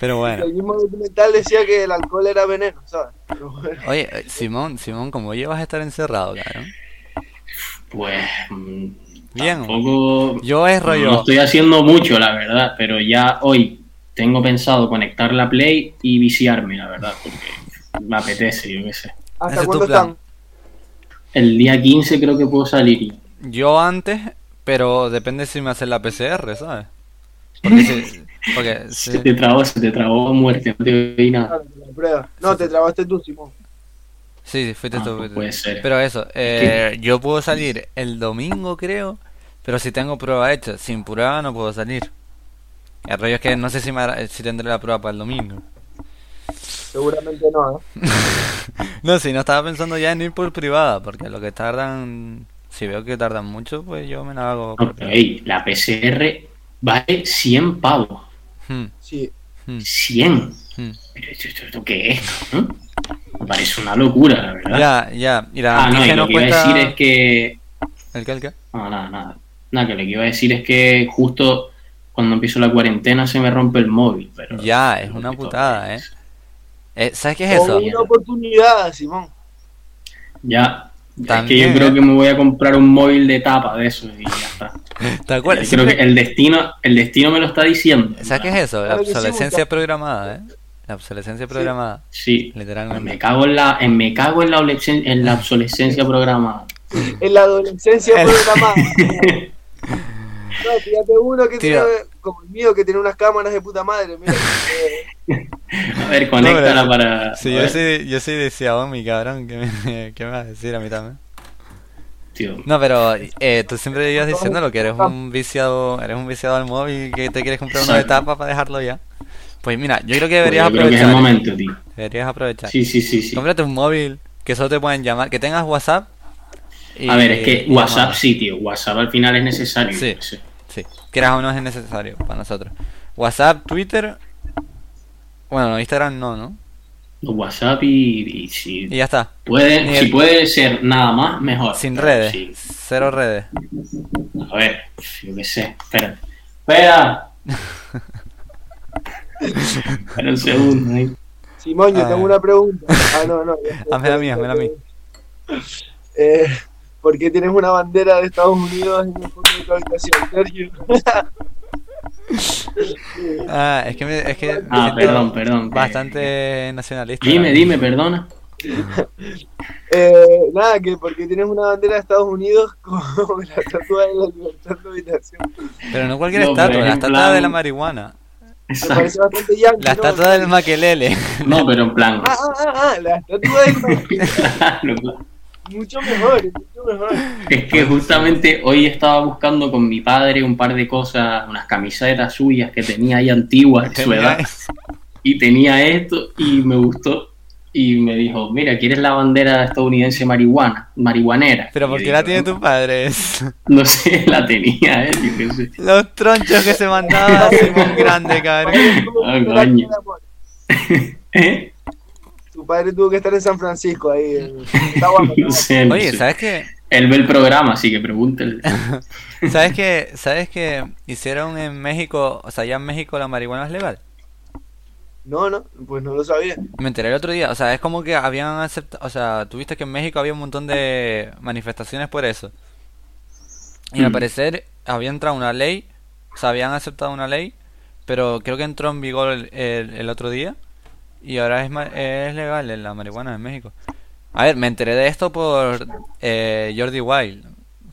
Speaker 3: Pero bueno.
Speaker 2: El mismo documental decía que el alcohol era veneno, ¿sabes? Pero bueno,
Speaker 3: Oye, eh, Simón, Simón, como llevas a estar encerrado, cabrón.
Speaker 1: Pues. mm,
Speaker 3: Bien.
Speaker 1: Tampoco.
Speaker 3: Yo es rollo.
Speaker 1: No estoy haciendo mucho, la verdad, pero ya hoy tengo pensado conectar la Play y viciarme, la verdad, porque me apetece, yo qué sé.
Speaker 3: Ese
Speaker 2: ¿Hasta
Speaker 3: es tu
Speaker 2: cuándo
Speaker 3: plan.
Speaker 2: están?
Speaker 1: El día 15 creo que puedo salir.
Speaker 3: Yo antes, pero depende si me hacen la PCR, ¿sabes? Porque si, porque
Speaker 1: Se
Speaker 3: si-
Speaker 1: te trabó, se te trabó a muerte, no te oí nada.
Speaker 2: Claro, te la prueba. No, te trabaste tú, Simón.
Speaker 3: sí, sí, fuiste
Speaker 1: Ah,
Speaker 3: tú.
Speaker 1: no
Speaker 3: fuiste tú.
Speaker 1: puede ser.
Speaker 3: Pero eso, eh, yo puedo salir el domingo, creo, pero si tengo prueba hecha, sin prueba no puedo salir. El rollo es que no sé si, me hará- si tendré la prueba para el domingo.
Speaker 2: Seguramente no, ¿eh?
Speaker 3: No, si no estaba pensando ya en ir por privada, porque lo que tardan, si veo que tardan mucho, pues yo me la hago por
Speaker 1: No, pero, ey, la PCR vale 100 pavos.
Speaker 3: Hmm,
Speaker 2: Sí.
Speaker 3: hmm,
Speaker 1: 100.
Speaker 3: hmm.
Speaker 1: Pero ¿Esto, esto- esto qué es? ¿no? Me parece una locura, la verdad.
Speaker 3: Ya, ya. Y la
Speaker 1: ah, no, y
Speaker 3: antígeno
Speaker 1: lo que iba
Speaker 3: cuesta...
Speaker 1: a decir es que
Speaker 3: ¿El qué, el qué?
Speaker 1: No, nada, nada. Nada, que lo que iba a decir es que justo cuando empiezo la cuarentena se me rompe el móvil. Pero
Speaker 3: Ya, es una putada, ¿eh? Eh, ¿Sabes qué es
Speaker 2: Como
Speaker 3: eso?
Speaker 2: una oportunidad, Simón.
Speaker 1: Ya.
Speaker 3: También,
Speaker 1: es que yo
Speaker 3: ¿eh?
Speaker 1: creo que me voy a comprar un móvil de tapa de eso y ya está. Yo
Speaker 3: ¿Te acuerdas?
Speaker 1: creo que
Speaker 3: Siempre-
Speaker 1: el destino, el destino me lo está diciendo.
Speaker 3: ¿Sabes qué es eso? La
Speaker 2: Claro que sí,
Speaker 3: obsolescencia
Speaker 2: busca-
Speaker 3: programada, ¿eh? La obsolescencia programada.
Speaker 1: Sí. Me
Speaker 3: Literalmente.
Speaker 1: cago en la, en- me cago en la, obsolescen- en la obsolescencia programada.
Speaker 2: En la adolescencia
Speaker 3: El-
Speaker 2: programada. No, fíjate uno que
Speaker 3: Tío.
Speaker 2: tiene, como el mío, que tiene unas cámaras de puta madre. Mira, eh,
Speaker 1: A ver, conéctala
Speaker 3: pero-
Speaker 1: para.
Speaker 3: Sí,
Speaker 1: Ah, a
Speaker 3: yo
Speaker 1: ver,
Speaker 3: soy, yo soy de Xiaomi, cabrón. ¿Qué me, qué me vas a decir a mí también?
Speaker 1: tío.
Speaker 3: No, pero eh, tú siempre ibas diciéndolo que eres un viciado, eres un viciado al móvil que te quieres comprar una
Speaker 1: Exacto.
Speaker 3: etapa para dejarlo ya. Pues mira, yo creo que
Speaker 1: Pues
Speaker 3: deberías
Speaker 1: yo creo que es el
Speaker 3: aprovechar.
Speaker 1: momento, tío.
Speaker 3: Deberías aprovechar.
Speaker 1: Sí, sí, sí, sí.
Speaker 3: Cómprate un móvil que solo te pueden llamar, que tengas WhatsApp. y-
Speaker 1: A ver, es que
Speaker 3: y
Speaker 1: WhatsApp
Speaker 3: llamadas.
Speaker 1: sí, tío. WhatsApp al final es necesario.
Speaker 3: Sí.
Speaker 1: Sí.
Speaker 3: Sí, quieras o no es necesario para nosotros. WhatsApp, Twitter. Bueno, no, Instagram no, ¿no?
Speaker 1: WhatsApp y, y si,
Speaker 3: Y ya está.
Speaker 1: puede,
Speaker 3: ni
Speaker 1: si
Speaker 3: el-
Speaker 1: puede ser nada más, mejor.
Speaker 3: Sin
Speaker 1: Pero
Speaker 3: redes.
Speaker 1: sí.
Speaker 3: Cero redes.
Speaker 1: A ver, yo qué sé. Espera. Espera. Espera un segundo. eh. ahí.
Speaker 2: Simón, yo
Speaker 3: Ah.
Speaker 2: tengo una pregunta. Ah, no, no. ya-
Speaker 3: Hazme la mía, hazme la mía.
Speaker 2: Eh, ¿Por qué tienes una bandera de Estados Unidos en el fondo de tu habitación, Sergio?
Speaker 3: Ah, es que, me- es que me
Speaker 1: Ah,
Speaker 3: siento
Speaker 1: perdón, perdón, que-
Speaker 3: Bastante nacionalista.
Speaker 1: Dime,
Speaker 3: ¿verdad?
Speaker 1: dime, perdona.
Speaker 2: Eh, nada, que ¿por qué tienes una bandera de Estados Unidos con la estatua de la libertad en tu habitación?
Speaker 3: Pero no cualquier
Speaker 1: No, pero
Speaker 3: estatua,
Speaker 1: es
Speaker 3: la
Speaker 1: en
Speaker 3: estatua
Speaker 1: plan-
Speaker 3: de la marihuana.
Speaker 2: Me parece bastante yankee.
Speaker 3: La
Speaker 2: ¿no?
Speaker 3: estatua del maquelele.
Speaker 1: No, pero en plan.
Speaker 2: Ah, ah, ah, ah, la estatua del...
Speaker 1: claro.
Speaker 2: Mucho mejor, mucho mejor.
Speaker 1: Es que justamente hoy estaba buscando con mi padre un par de cosas, unas camisetas suyas que tenía ahí antiguas de su edad, y tenía esto y me gustó. Y me dijo, mira, ¿quieres la bandera estadounidense marihuana, marihuanera?
Speaker 3: Pero
Speaker 1: Y
Speaker 3: ¿por qué
Speaker 1: digo,
Speaker 3: la tiene tu padre?
Speaker 1: No sé, la tenía él, yo qué sé.
Speaker 3: Los tronchos que se mandaba Simón Grande, cabrón.
Speaker 1: Ah, coño. ¿Eh?
Speaker 2: Tu padre tuvo que estar en San Francisco ahí. en- Está guapo, está
Speaker 1: No
Speaker 2: guapo.
Speaker 1: sé, no
Speaker 3: Oye,
Speaker 1: sé.
Speaker 3: ¿sabes qué?
Speaker 1: Él ve el programa, así que pregúntale.
Speaker 3: ¿Sabes que, ¿Sabes que hicieron en México, o sea, ya en México la marihuana es legal?
Speaker 2: No, no, pues no lo sabía.
Speaker 3: Me enteré el otro día, o sea, es como que habían aceptado, o sea, tuviste que en México había un montón de manifestaciones por eso. Y al
Speaker 1: Mm.
Speaker 3: parecer había entrado una ley, o sea, habían aceptado una ley, pero creo que entró en vigor el, el- el otro día y ahora es, ma- es legal la marihuana en México. A ver, me enteré de esto por eh, Jordi Wild,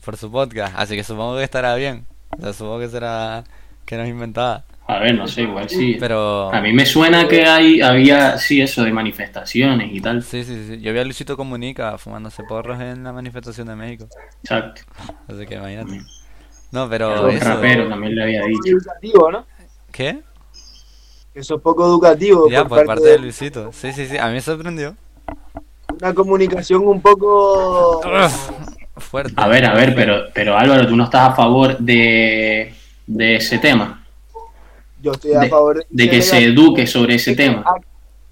Speaker 3: por su podcast, así que supongo que estará bien. O sea, supongo que será que no es inventada,
Speaker 1: A ver, no sé, igual sí.
Speaker 3: pero...
Speaker 1: A mí me suena que hay, había, sí, eso de manifestaciones y tal.
Speaker 3: Sí, sí, sí. Yo vi a Luisito Comunica fumándose porros en la manifestación de México.
Speaker 1: Exacto.
Speaker 3: Así que imagínate.
Speaker 1: También.
Speaker 3: No, pero
Speaker 1: Un
Speaker 3: eso.
Speaker 1: rapero también le había
Speaker 2: Poco
Speaker 1: dicho.
Speaker 2: educativo, ¿no?
Speaker 3: ¿Qué?
Speaker 2: Eso es poco educativo.
Speaker 3: Ya, por parte
Speaker 2: de
Speaker 3: de Luisito. Sí, sí, sí. A mí me sorprendió.
Speaker 2: Una comunicación un poco.
Speaker 3: Fuerte.
Speaker 1: A ver, a ver, pero, pero Álvaro, tú no estás a favor de, de ese tema,
Speaker 2: Yo estoy a favor de,
Speaker 1: de que
Speaker 2: sea
Speaker 1: se
Speaker 2: legal.
Speaker 1: eduque sobre ese tema.
Speaker 2: Ah,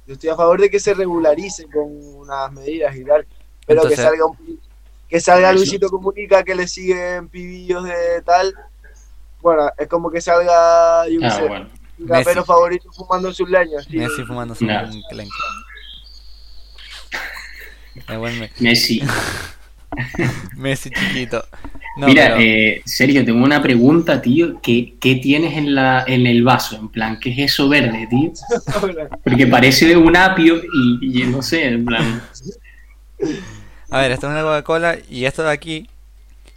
Speaker 2: Yo estoy a favor de que se regularice con unas medidas y tal. Pero que
Speaker 3: Entonces-
Speaker 2: salga un. Que salga
Speaker 1: Eso.
Speaker 2: Luisito Comunica, que le siguen pibillos de tal. Bueno, es como que salga, yo qué
Speaker 1: Ah,
Speaker 2: sé,
Speaker 1: bueno.
Speaker 2: mi rapero
Speaker 3: Messi.
Speaker 2: favorito fumando sus leñas. sí.
Speaker 3: Messi fumándose
Speaker 1: No.
Speaker 3: un clenque. Es buen me-
Speaker 1: Messi.
Speaker 3: Messi chiquito. No,
Speaker 1: Mira,
Speaker 3: pero-
Speaker 1: eh, Sergio, tengo una pregunta, tío. ¿Qué, qué tienes en, la, en el vaso? En plan, ¿qué es eso verde, tío? Porque parece de un apio y, y no sé, en plan.
Speaker 3: A ver, esto es una Coca-Cola y esto de aquí.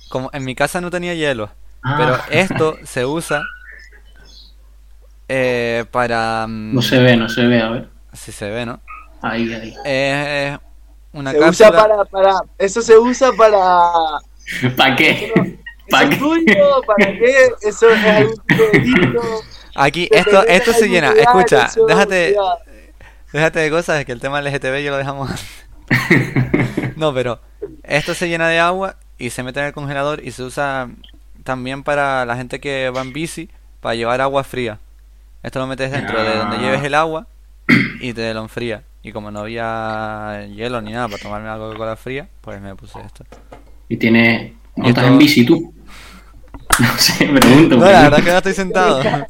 Speaker 3: Como en mi casa no tenía hielo.
Speaker 1: ah,
Speaker 3: Pero esto se usa eh, para... mm,
Speaker 1: no se ve, no se ve, a ver.
Speaker 3: Si se ve, ¿no?
Speaker 1: Ahí, ahí.
Speaker 3: Es es una
Speaker 2: se
Speaker 3: cápsula...
Speaker 2: usa para, para. Eso se usa para.
Speaker 1: ¿Para qué?
Speaker 2: ¿Eso
Speaker 1: ¿Para qué?
Speaker 2: es tuyo? ¿Para qué? ¿Eso es algún tipo de delito?
Speaker 3: Aquí,
Speaker 2: ¿Te
Speaker 3: esto,
Speaker 2: pertenece
Speaker 3: esto se
Speaker 2: algún
Speaker 3: llena.
Speaker 2: lugar?
Speaker 3: Escucha,
Speaker 2: Eso,
Speaker 3: déjate,
Speaker 2: o sea,
Speaker 3: déjate de cosas, que el tema LGTB yo lo dejamos antes. No, pero esto se llena de agua y se mete en el congelador y se usa también para la gente que va en bici para llevar agua fría. Esto lo metes dentro de donde
Speaker 1: Ah.
Speaker 3: lleves el agua y te lo enfría. Y como no había hielo ni nada para tomarme la Coca-Cola fría, pues me puse esto.
Speaker 1: Y tiene. ¿No
Speaker 3: Y
Speaker 1: estás
Speaker 3: todo-
Speaker 1: en bici tú? No sé, pregunto.
Speaker 3: No, la
Speaker 1: pregunto.
Speaker 3: verdad que no estoy sentado.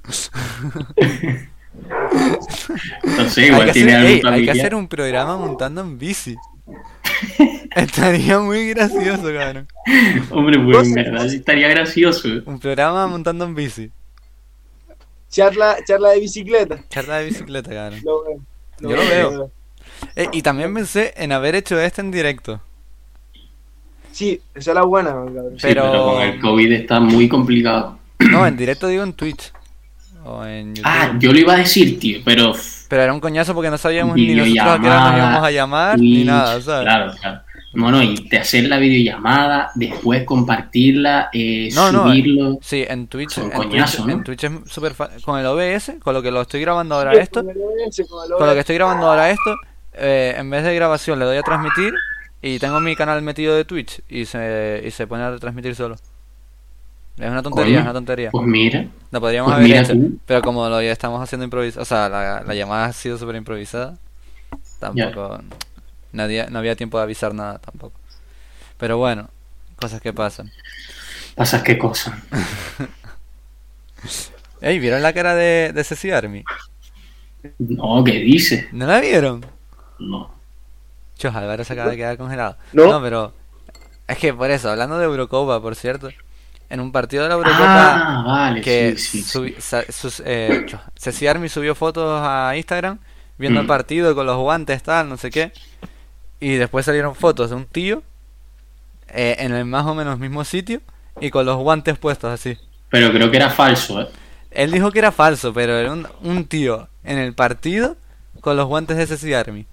Speaker 1: No sé,
Speaker 3: Hay que,
Speaker 1: igual
Speaker 3: hacer,
Speaker 1: tiene algún
Speaker 3: ey, hay que
Speaker 1: familiar.
Speaker 3: hacer un programa montando en bici. Estaría muy gracioso, cabrón.
Speaker 1: Hombre, pues
Speaker 2: Cosas-
Speaker 1: en verdad estaría gracioso.
Speaker 3: Un programa montando en bici.
Speaker 2: Charla, charla de bicicleta.
Speaker 3: Charla de bicicleta, cabrón.
Speaker 2: Lo veo.
Speaker 3: Yo lo veo. Eh, y también pensé en haber hecho este en directo.
Speaker 2: Sí, esa es la buena, cabrón.
Speaker 1: Sí, pero...
Speaker 3: Pero-
Speaker 1: con el COVID está muy complicado.
Speaker 3: No, en directo digo en Twitch. O en YouTube.
Speaker 1: Ah, yo lo iba a decir, tío, pero f-
Speaker 3: Pero era un coñazo porque no sabíamos ni nosotros a qué hora nos
Speaker 1: Videollamada,
Speaker 3: íbamos a llamar Ah, ni
Speaker 1: Twitch,
Speaker 3: nada, ¿sabes?
Speaker 1: Claro, claro. No, no, y te hacer la videollamada, después compartirla, eh,
Speaker 3: No, no,
Speaker 1: subirlo.
Speaker 3: Sí, en Twitch,
Speaker 1: Es un
Speaker 3: en,
Speaker 1: coñazo,
Speaker 3: Twitch
Speaker 1: ¿no?
Speaker 3: en Twitch es súper fácil. Con el OBS, con lo que lo estoy grabando ahora esto, con lo que estoy grabando ahora esto, eh, en vez de grabación le doy a transmitir y tengo mi canal metido de Twitch y se, y se pone a transmitir solo. Es una tontería,
Speaker 1: Coño.
Speaker 3: es una tontería.
Speaker 1: Pues mira,
Speaker 3: Lo podríamos
Speaker 1: pues
Speaker 3: haber
Speaker 1: mira
Speaker 3: hecho,
Speaker 1: tú.
Speaker 3: pero como lo ya estamos haciendo improvisado, o sea, la, la llamada ha sido súper improvisada, tampoco... Nadie, no había tiempo de avisar nada tampoco. Pero bueno, cosas que pasan.
Speaker 1: pasas qué cosa.
Speaker 3: Ey, ¿vieron la cara de, de Ceci Army?
Speaker 1: No, ¿qué dices?
Speaker 3: ¿No la vieron?
Speaker 1: No.
Speaker 3: Chos, Álvaro se acaba de quedar congelado.
Speaker 2: No.
Speaker 3: pero. Es que por eso, hablando de Eurocopa, por cierto. En un partido de la Eurocopa
Speaker 1: Ah, vale,
Speaker 3: que
Speaker 1: sí, sí, sí.
Speaker 3: subi- sa- sus- eh, chos, Ceci Army subió fotos a Instagram viendo el
Speaker 1: Mm.
Speaker 3: partido con los guantes, tal, no sé qué. Y después salieron fotos de un tío eh, en el más o menos mismo sitio y con los guantes puestos así.
Speaker 1: Pero creo que era falso, ¿eh?
Speaker 3: Él dijo que era falso, pero era un, un tío en el partido con los guantes de Ceci Army,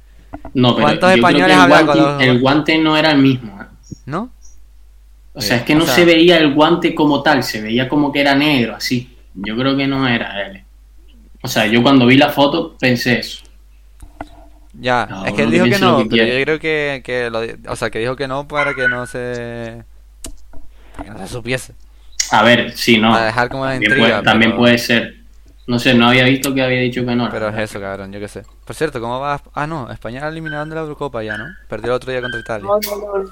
Speaker 1: No, pero
Speaker 3: ¿Cuántos
Speaker 1: yo creo
Speaker 3: españoles
Speaker 1: que el
Speaker 3: hablan
Speaker 1: guante-
Speaker 3: con los-
Speaker 1: el guante no era el mismo, ¿eh?
Speaker 3: ¿no?
Speaker 1: O
Speaker 3: Sí,
Speaker 1: sea, es que
Speaker 3: Eh, o
Speaker 1: no
Speaker 3: sea-
Speaker 1: se veía el guante como tal, se veía como que era negro, así. Yo creo que no era él. O sea, yo cuando vi la foto pensé eso.
Speaker 3: Ya,
Speaker 1: Cada
Speaker 3: es que él
Speaker 1: uno
Speaker 3: dijo
Speaker 1: que
Speaker 3: que
Speaker 1: piense lo
Speaker 3: no,
Speaker 1: que
Speaker 3: pero
Speaker 1: quiera.
Speaker 3: yo creo que, que lo di- o sea, que dijo que no para que no se, para que no se supiese,
Speaker 1: A ver, sí, no.
Speaker 3: para dejar como la
Speaker 1: También,
Speaker 3: intriga,
Speaker 1: puede, también
Speaker 3: Ah, pero,
Speaker 1: puede ser. No sé, no había visto que había dicho que no. la
Speaker 3: pero eh, es
Speaker 1: verdad.
Speaker 3: eso, cabrón, yo qué sé. Por cierto, ¿cómo va? Ah, no, España eliminaron de la Eurocopa ya, ¿no? Perdió el otro día contra Italia.
Speaker 2: No, no, no, no, no.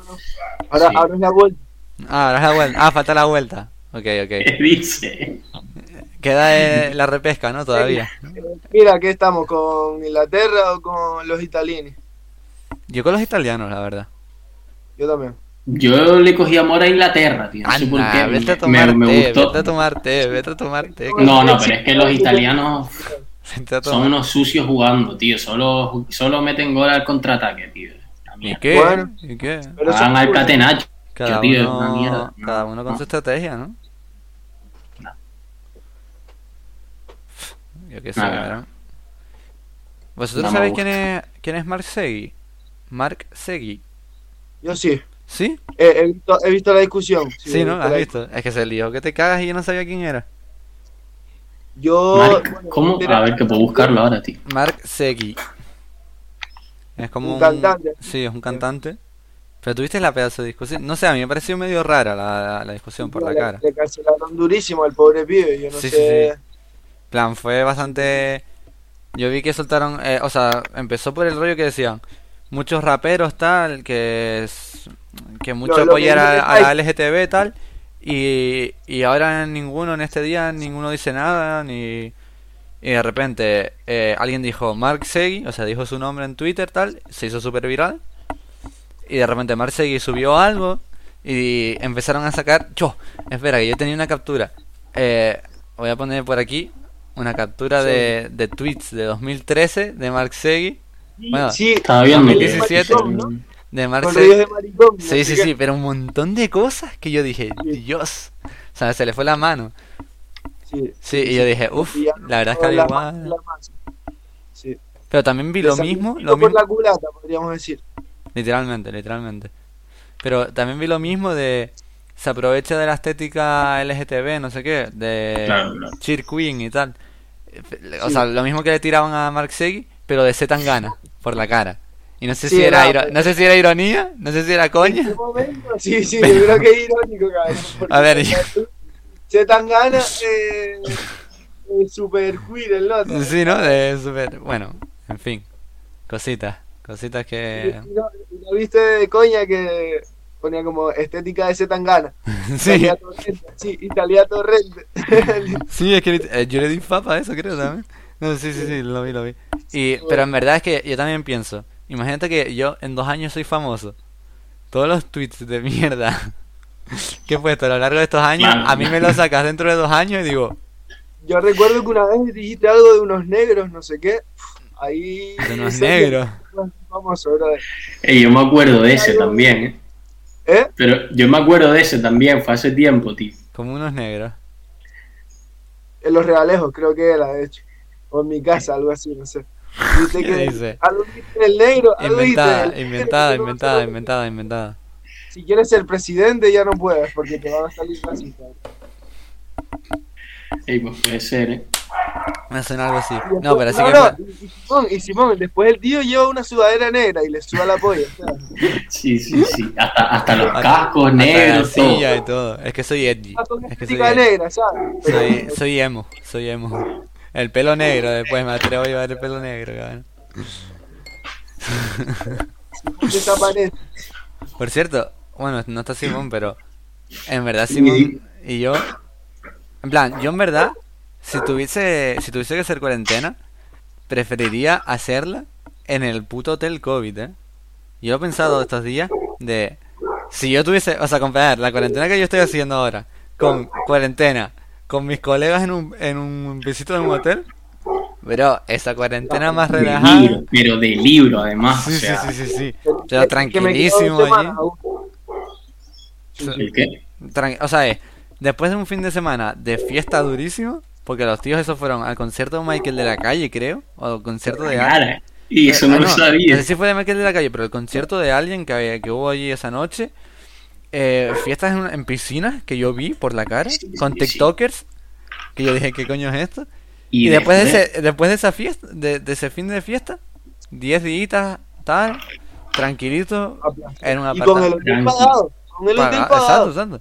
Speaker 2: Ahora,
Speaker 1: Sí.
Speaker 2: ahora es la vuelta.
Speaker 3: Ah, ahora es la vuelta, ah, falta la vuelta. Ok, ok.
Speaker 1: ¿Qué dice?
Speaker 3: Queda eh, la repesca, ¿no? Todavía.
Speaker 2: Eh, Mira, ¿qué estamos? ¿Con Inglaterra o con los italianos?
Speaker 3: Yo con los italianos, la verdad.
Speaker 2: Yo también.
Speaker 1: Yo le cogí amor a Inglaterra, tío. No sé por
Speaker 3: Anda,
Speaker 1: qué.
Speaker 3: vete a
Speaker 1: me,
Speaker 3: tomar
Speaker 1: me
Speaker 3: té,
Speaker 1: gustó.
Speaker 3: vete a tomar té, vete a tomar té.
Speaker 1: No, no, pero es que los italianos
Speaker 3: Vete a
Speaker 1: son
Speaker 3: tomar-
Speaker 1: unos sucios jugando, tío. Solo, solo meten gol al contraataque, tío. La
Speaker 3: ¿Y
Speaker 1: mierda.
Speaker 3: qué?
Speaker 2: Bueno.
Speaker 3: ¿Y qué?
Speaker 2: Pero eso
Speaker 1: Van
Speaker 2: es
Speaker 1: al
Speaker 2: cool.
Speaker 1: catenacho.
Speaker 3: Cada
Speaker 1: tío, es
Speaker 3: uno,
Speaker 1: una mierda. No,
Speaker 3: cada uno con
Speaker 1: no.
Speaker 3: su estrategia, ¿no? Yo qué sé,
Speaker 1: Nada.
Speaker 3: ¿verdad? ¿Vosotros
Speaker 1: No me
Speaker 3: sabéis
Speaker 1: gusta.
Speaker 3: quién es, quién es Mark Segui? Mark Segui.
Speaker 2: Yo sí.
Speaker 3: ¿Sí?
Speaker 2: Eh, he, visto, he visto la discusión.
Speaker 3: Sí,
Speaker 2: he
Speaker 3: ¿no?
Speaker 2: visto
Speaker 3: ¿Has
Speaker 2: la-
Speaker 3: visto? Es que se lió que te cagas y yo no sabía quién era.
Speaker 2: Yo.
Speaker 1: Marc,
Speaker 2: bueno,
Speaker 1: ¿cómo?
Speaker 2: mira,
Speaker 1: A ver, que puedo buscarlo ahora, tío.
Speaker 3: Mark Segui. Es como
Speaker 2: Un cantante.
Speaker 3: Sí, es un cantante. Pero tuviste la pedazo de discusión. No sé, a mí me pareció medio rara la, la- la discusión por la
Speaker 2: le-
Speaker 3: cara.
Speaker 2: Le cancelaron durísimo al pobre pibe. Yo no
Speaker 3: Sí, sí,
Speaker 2: sé.
Speaker 3: plan, fue bastante... Yo vi que soltaron, eh, o sea, empezó por el rollo que decían, muchos raperos tal, que, es- que mucho
Speaker 2: lo que
Speaker 3: apoyar
Speaker 2: dice
Speaker 3: a, a la
Speaker 2: Spike.
Speaker 3: LGTB tal, y, y ahora ninguno en este día, ninguno dice nada, ni... Y de repente eh, alguien dijo Mark Segui, o sea, dijo su nombre en Twitter tal, se hizo súper viral, y de repente Mark Segui subió algo, y empezaron a sacar. Yo, espera, que yo tenía una captura. Eh, voy a poner por aquí una captura de, de tweets de 2013 de Mark Segui. Bueno,
Speaker 2: Sí,
Speaker 1: Estaba viendo. que-
Speaker 3: 2017. de Mark
Speaker 2: Con
Speaker 3: Segui.
Speaker 2: rollos de maricón. no
Speaker 3: Sí,
Speaker 2: sé
Speaker 3: sí,
Speaker 2: qué.
Speaker 3: sí, pero un montón de cosas que yo dije,
Speaker 2: Sí.
Speaker 3: Dios. O sea, se le fue la mano.
Speaker 2: Sí,
Speaker 3: Sí, y yo dije, uff,
Speaker 2: Y ya
Speaker 3: la verdad es que
Speaker 2: con
Speaker 3: al
Speaker 2: la
Speaker 3: igual.
Speaker 2: ma- la masa. Sí.
Speaker 3: Pero también vi lo
Speaker 2: Le
Speaker 3: mismo,
Speaker 2: salió
Speaker 3: lo
Speaker 2: por
Speaker 3: mismo.
Speaker 2: la culata, podríamos decir.
Speaker 3: Literalmente, literalmente. Pero también vi lo mismo de. Se aprovecha de la estética LGTB, no sé qué, de
Speaker 1: Claro, claro.
Speaker 3: Cheer Queen y tal. Eh, O
Speaker 2: Sí.
Speaker 3: sea, lo mismo que le tiraban a Mark Segui, pero de Z Tangana, por la cara. Y no sé
Speaker 2: Sí,
Speaker 3: si era,
Speaker 2: era-
Speaker 3: iro- no sé si era ironía, no sé si era
Speaker 2: ¿En qué
Speaker 3: coña.
Speaker 2: momento? Sí, sí, yo creo que es irónico, cabrón. porque
Speaker 3: A ver,
Speaker 2: Se tan gana, eh, eh, super queer el otro.
Speaker 3: Sí, ¿no? De super, bueno, en fin. Cositas, cositas que
Speaker 2: Y no- y no viste de coña que ponía como estética de Zetangana.
Speaker 3: Sí.
Speaker 2: Italia Torrente, sí, Italia Torrente.
Speaker 3: Sí, es que lit- eh, yo le di papa a eso, creo también. No, sí, sí, sí, lo vi, lo vi. Y, pero en verdad es que yo también pienso, imagínate que yo en dos años soy famoso. Todos los tweets de mierda que he puesto a lo largo de estos años,
Speaker 1: Claro.
Speaker 3: a mí me los sacas dentro de dos años y digo,
Speaker 2: Yo recuerdo que una vez dijiste algo de unos negros, no sé qué. Ahí.
Speaker 3: De unos negros.
Speaker 2: Vamos, brother.
Speaker 1: Eh, yo me acuerdo de ese también, ¿eh?
Speaker 2: ¿Eh?
Speaker 1: Pero yo me acuerdo de ese también, fue hace tiempo, tío.
Speaker 3: Como unos negros.
Speaker 2: En los realejos, creo que era, de hecho. O en mi casa, algo así, no sé. Dice
Speaker 3: ¿Qué
Speaker 2: que
Speaker 3: dice?
Speaker 2: algo dijiste del negro, algo dijiste del
Speaker 3: Inventada,
Speaker 2: negro,
Speaker 3: inventada,
Speaker 2: no sé,
Speaker 3: inventada,
Speaker 2: no sé.
Speaker 3: inventada, inventada.
Speaker 2: Si quieres ser presidente ya no puedes, porque te van a salir racista.
Speaker 1: Ey, pues puede ser, ¿eh?
Speaker 3: Me suena algo así.
Speaker 2: Y después-
Speaker 3: No, pero sí que.
Speaker 2: no, y, y Simón, y Simón, después el tío lleva una sudadera negra y le suda la polla. ¿sabes?
Speaker 1: Sí, sí, sí. Hasta, hasta los
Speaker 3: Hasta-
Speaker 1: cascos
Speaker 3: hasta la
Speaker 1: negros, todo.
Speaker 3: silla y todo. Es que soy edgy.
Speaker 2: Ah, Con
Speaker 3: Es que soy,
Speaker 2: estética
Speaker 3: edgy.
Speaker 2: negra, ¿sabes? Pero-
Speaker 3: soy, soy emo. Soy emo. El pelo negro después, me atrevo a llevar el pelo negro, cabrón.
Speaker 2: desaparece.
Speaker 3: Por cierto, bueno, no está Simón, pero en verdad
Speaker 1: Sí.
Speaker 3: Simón y yo, en plan, yo en verdad, si tuviese, si tuviese que hacer cuarentena, preferiría hacerla en el puto hotel COVID, ¿eh? Yo he pensado estos días de, si yo tuviese, o sea, comparar la cuarentena que yo estoy haciendo ahora con cuarentena con mis colegas en un, en un visito de un hotel, pero esa cuarentena más
Speaker 1: De
Speaker 3: relajada.
Speaker 1: libro, pero de libro, además.
Speaker 3: Sí,
Speaker 1: o
Speaker 3: sí,
Speaker 1: sea,
Speaker 3: sí, sí, sí.
Speaker 2: Que
Speaker 3: Pero
Speaker 2: me
Speaker 3: tranquilísimo
Speaker 2: quedo dos semanas
Speaker 3: allí.
Speaker 2: aún.
Speaker 1: ¿El qué?
Speaker 3: Tran- o sea, es, después de un fin de semana de fiesta durísimo, porque los tíos esos fueron al concierto de Michael de la calle, creo, o al concierto de alguien.
Speaker 1: Cara, Y eso
Speaker 3: Eh,
Speaker 1: no
Speaker 3: ah,
Speaker 1: lo sabía.
Speaker 3: No sé si fue de Michael de la calle, pero el concierto de alguien que, había- que hubo allí esa noche. eh, fiestas en, en piscinas que yo vi por la cara,
Speaker 1: Sí,
Speaker 3: con
Speaker 1: sí, sí.
Speaker 3: TikTokers, que yo dije, ¿qué coño es esto? Y, después, de ese, después de esa fiesta, de, de ese fin de fiesta, 10 días, tal, tranquilito, en una
Speaker 2: Y con el hotel pagado. Con el hotel
Speaker 3: Exacto,
Speaker 2: pagado.
Speaker 3: exacto.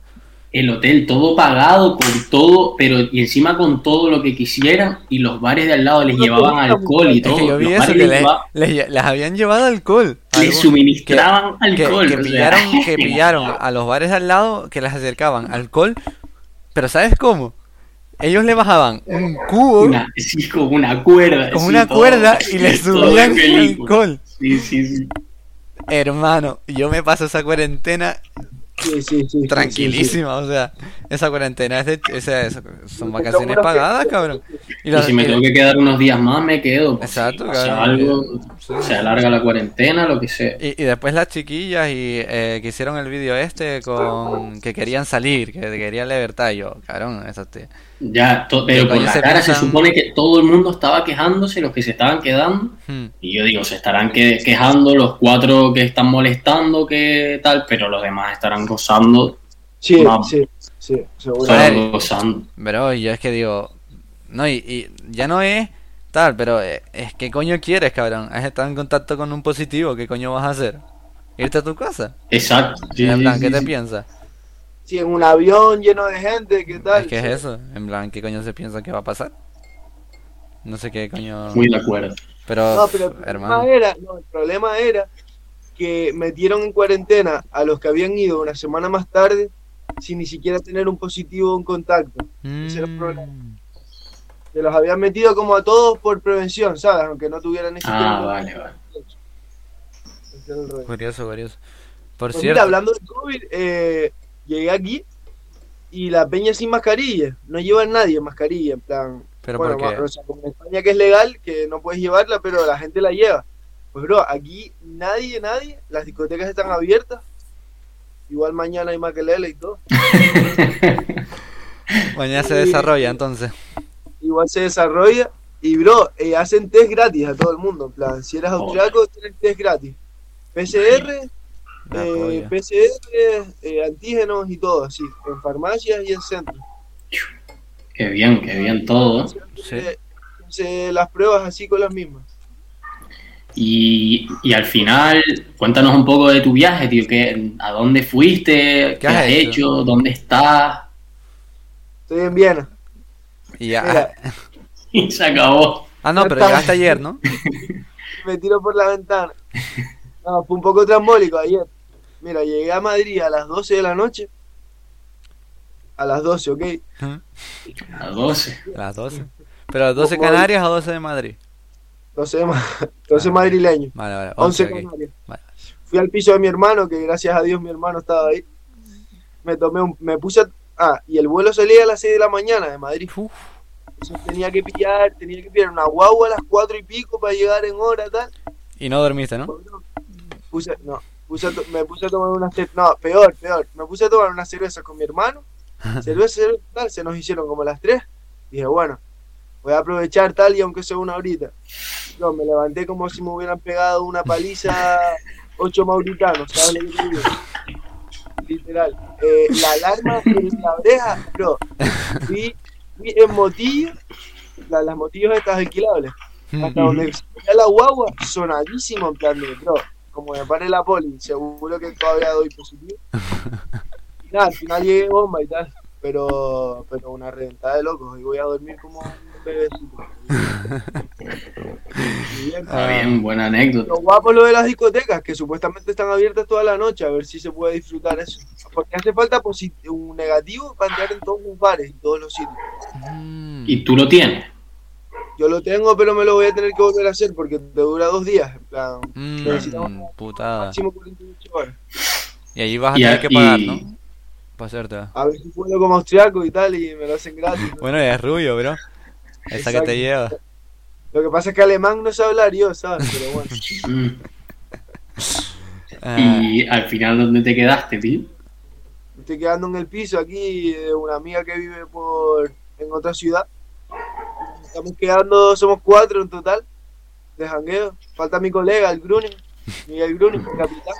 Speaker 1: El hotel todo pagado, con todo, pero y encima con todo lo que quisieran. Y los bares de al lado les
Speaker 2: No,
Speaker 1: llevaban
Speaker 2: no, no,
Speaker 1: alcool y
Speaker 3: Es
Speaker 1: todo.
Speaker 3: que yo vi
Speaker 1: los
Speaker 3: eso,
Speaker 1: bares
Speaker 3: que
Speaker 1: les
Speaker 3: le-
Speaker 1: lleva-
Speaker 3: les, lle- les habían llevado alcohol.
Speaker 1: les
Speaker 3: Algún-
Speaker 1: suministraban
Speaker 3: que- que-
Speaker 1: alcohol.
Speaker 3: Que,
Speaker 1: o sea.
Speaker 3: pillaron, que pillaron a los bares de al lado que les acercaban alcohol. Pero ¿sabes cómo? Ellos le bajaban un cubo
Speaker 1: Una, sí, con una cuerda.
Speaker 3: con
Speaker 1: sí,
Speaker 3: una
Speaker 1: todo-
Speaker 3: cuerda y le
Speaker 1: todo de
Speaker 3: subían
Speaker 1: película.
Speaker 3: alcohol.
Speaker 1: Sí, sí, sí.
Speaker 3: Hermano, yo me paso esa cuarentena
Speaker 2: Sí, sí, sí, sí.
Speaker 3: tranquilísima. O sea, esa cuarentena es de- esa- esa- son
Speaker 2: Lo
Speaker 3: vacaciones
Speaker 2: juro que-
Speaker 3: pagadas, cabrón.
Speaker 1: Y,
Speaker 3: los-
Speaker 1: si me
Speaker 3: y-
Speaker 1: tengo que quedar unos días más, me quedo. pues,
Speaker 3: Exacto,
Speaker 1: si pasa
Speaker 3: claro. eh,
Speaker 1: algo, se alarga la cuarentena, lo que sea.
Speaker 3: Y, y después las chiquillas y eh, que hicieron el vídeo este con que querían salir, que querían libertad. Y yo, cabrón, eso te...
Speaker 1: Ya, to- pero
Speaker 3: Pero
Speaker 1: por
Speaker 3: ya
Speaker 1: la
Speaker 3: se
Speaker 1: cara se
Speaker 3: piensan-
Speaker 1: supone que todo el mundo estaba quejándose, los que se estaban quedando.
Speaker 3: hmm.
Speaker 1: Y yo digo, se estarán que- quejando los cuatro que están molestando, que tal, pero los demás estarán gozando.
Speaker 2: Sí,
Speaker 1: Vamos.
Speaker 2: sí, sí, seguro.
Speaker 3: Joder.
Speaker 1: Estarán gozando.
Speaker 3: Pero yo es que digo, no, y, y ya no es tal, pero eh, es que coño quieres, cabrón. Has estado en contacto con un positivo, ¿qué coño vas a hacer? ¿Irte a tu casa?
Speaker 1: Exacto. sí,
Speaker 3: en
Speaker 1: sí,
Speaker 3: plan,
Speaker 1: sí,
Speaker 3: ¿qué te
Speaker 1: sí.
Speaker 3: piensas?
Speaker 2: Sí, en un avión lleno de gente, ¿qué tal?
Speaker 3: Es que es eso, en plan, ¿qué coño se piensa que va a pasar? No sé qué coño...
Speaker 1: Muy de acuerdo.
Speaker 3: Pero,
Speaker 2: No, pero el
Speaker 3: hermano,
Speaker 2: problema, era, no, el problema era que metieron en cuarentena a los que habían ido una semana más tarde sin ni siquiera tener un positivo o un contacto. ese era el
Speaker 3: Hmm.
Speaker 2: problema. Se los habían metido como a todos por prevención, ¿sabes? Aunque no tuvieran ni siquiera
Speaker 1: Ah,
Speaker 2: un
Speaker 1: vale, vale.
Speaker 2: Ese era el rollo.
Speaker 3: curioso, curioso. Por
Speaker 2: Pues mira,
Speaker 3: cierto...
Speaker 2: hablando de COVID, eh, llegué aquí y la peña sin mascarilla. No lleva nadie mascarilla, en plan.
Speaker 3: Pero
Speaker 2: bueno,
Speaker 3: ¿por qué?
Speaker 2: ma- o sea, como en España que es legal, que no puedes llevarla, pero la gente la lleva. Pues bro, aquí nadie, nadie, las discotecas están abiertas. Igual mañana hay maquelele y todo.
Speaker 3: Mañana se desarrolla entonces.
Speaker 2: Igual se desarrolla. Y bro, eh, hacen test gratis a todo el mundo. En plan, si eres
Speaker 1: Joder.
Speaker 2: austriaco, tienes test gratis. PCR,
Speaker 3: La
Speaker 2: eh,
Speaker 3: polla.
Speaker 2: PCR, eh, antígenos y todo, así, en farmacias y en centros.
Speaker 1: Qué bien, qué bien todo.
Speaker 3: Sí.
Speaker 2: Eh, se- las pruebas así con las mismas.
Speaker 1: Y, y al final, cuéntanos un poco de tu viaje, tío. Que, ¿A dónde fuiste? ¿Qué,
Speaker 3: has
Speaker 1: has,
Speaker 3: hecho?
Speaker 1: hecho? ¿Dónde estás?
Speaker 2: Estoy en Viena.
Speaker 3: Y ya-
Speaker 2: Mira,
Speaker 1: Y se acabó.
Speaker 3: Ah, no, pero
Speaker 2: Está-
Speaker 3: llegaste ayer, ¿no?
Speaker 2: me tiro por la ventana. No, fue un poco trambólico ayer. Mira, llegué a Madrid a las 12 de la noche. A las 12, ok.
Speaker 1: A 12.
Speaker 3: Las 12. Pero las 12
Speaker 2: Como-
Speaker 3: Canarias o 12 de Madrid.
Speaker 2: 12, de ma-
Speaker 3: Ah,
Speaker 2: 12 madrileño.
Speaker 3: Vale, vale.
Speaker 2: 11
Speaker 3: 11 aquí.
Speaker 2: canarios.
Speaker 3: Vale.
Speaker 2: Fui al piso de mi hermano, que gracias a Dios mi hermano estaba ahí. Me tomé un, me puse a- ah, y el vuelo salía a las 6 de la mañana de Madrid.
Speaker 3: Uf.
Speaker 2: Entonces tenía que pillar, tenía que pillar una guagua a las cuatro y pico para llegar en hora, tal.
Speaker 3: Y no dormiste, ¿no?
Speaker 2: Bueno, Puse, no, puse a to- me puse a tomar unas cervezas, no, peor, peor, me puse a tomar unas cervezas con mi hermano, cerveza, cerveza, tal, se nos hicieron como las tres, dije, bueno, voy a aprovechar tal y aunque sea una horita. No, me levanté como si me hubieran pegado una paliza ocho mauritanos, ¿sabes lo que te digo? Literal. Eh, la alarma en la oreja, bro. Fui, fui en motillo, la- las motillos estas alquilables. Hasta donde ya la guagua, sonadísimo en plan de, bro, como me pare la poli, seguro que todavía doy positivo. Y nada, al final llegué bomba y tal, pero, pero una reventada de locos, y voy a dormir como un bebecito. Y bien,
Speaker 3: Ah.
Speaker 1: Está bien, buena anécdota.
Speaker 2: lo guapo lo de las discotecas, que supuestamente están abiertas toda la noche, a ver si se puede disfrutar eso. Porque hace falta posi- un negativo para entrar en todos los bares, en todos los sitios.
Speaker 3: Mm.
Speaker 1: ¿Y tú lo tienes?
Speaker 2: Yo lo tengo, pero me lo voy a tener que volver a hacer porque te dura dos días, en plan,
Speaker 3: Mm,
Speaker 2: Necesitamos-
Speaker 3: putada.
Speaker 2: máximo 48 horas.
Speaker 3: Y allí vas a
Speaker 1: Y
Speaker 3: tener
Speaker 1: a-
Speaker 3: que pagar,
Speaker 1: y-
Speaker 3: ¿no? Para hacértela.
Speaker 2: A ver si puedo como austriaco y tal, y me lo hacen gratis. ¿no?
Speaker 3: Bueno, y es rubio, bro. Esa que
Speaker 2: Exacto.
Speaker 3: te lleva.
Speaker 2: Lo que pasa es que alemán no sé hablar yo, ¿sabes? Pero bueno.
Speaker 1: Mm.
Speaker 3: Ah,
Speaker 1: ¿Y al final dónde te quedaste, tío?
Speaker 2: Me estoy quedando en el piso aquí de una amiga que vive por en otra ciudad. Estamos quedando, somos cuatro en total de jangueo. Falta mi colega, el Gruning, Miguel Gruning, el capitán.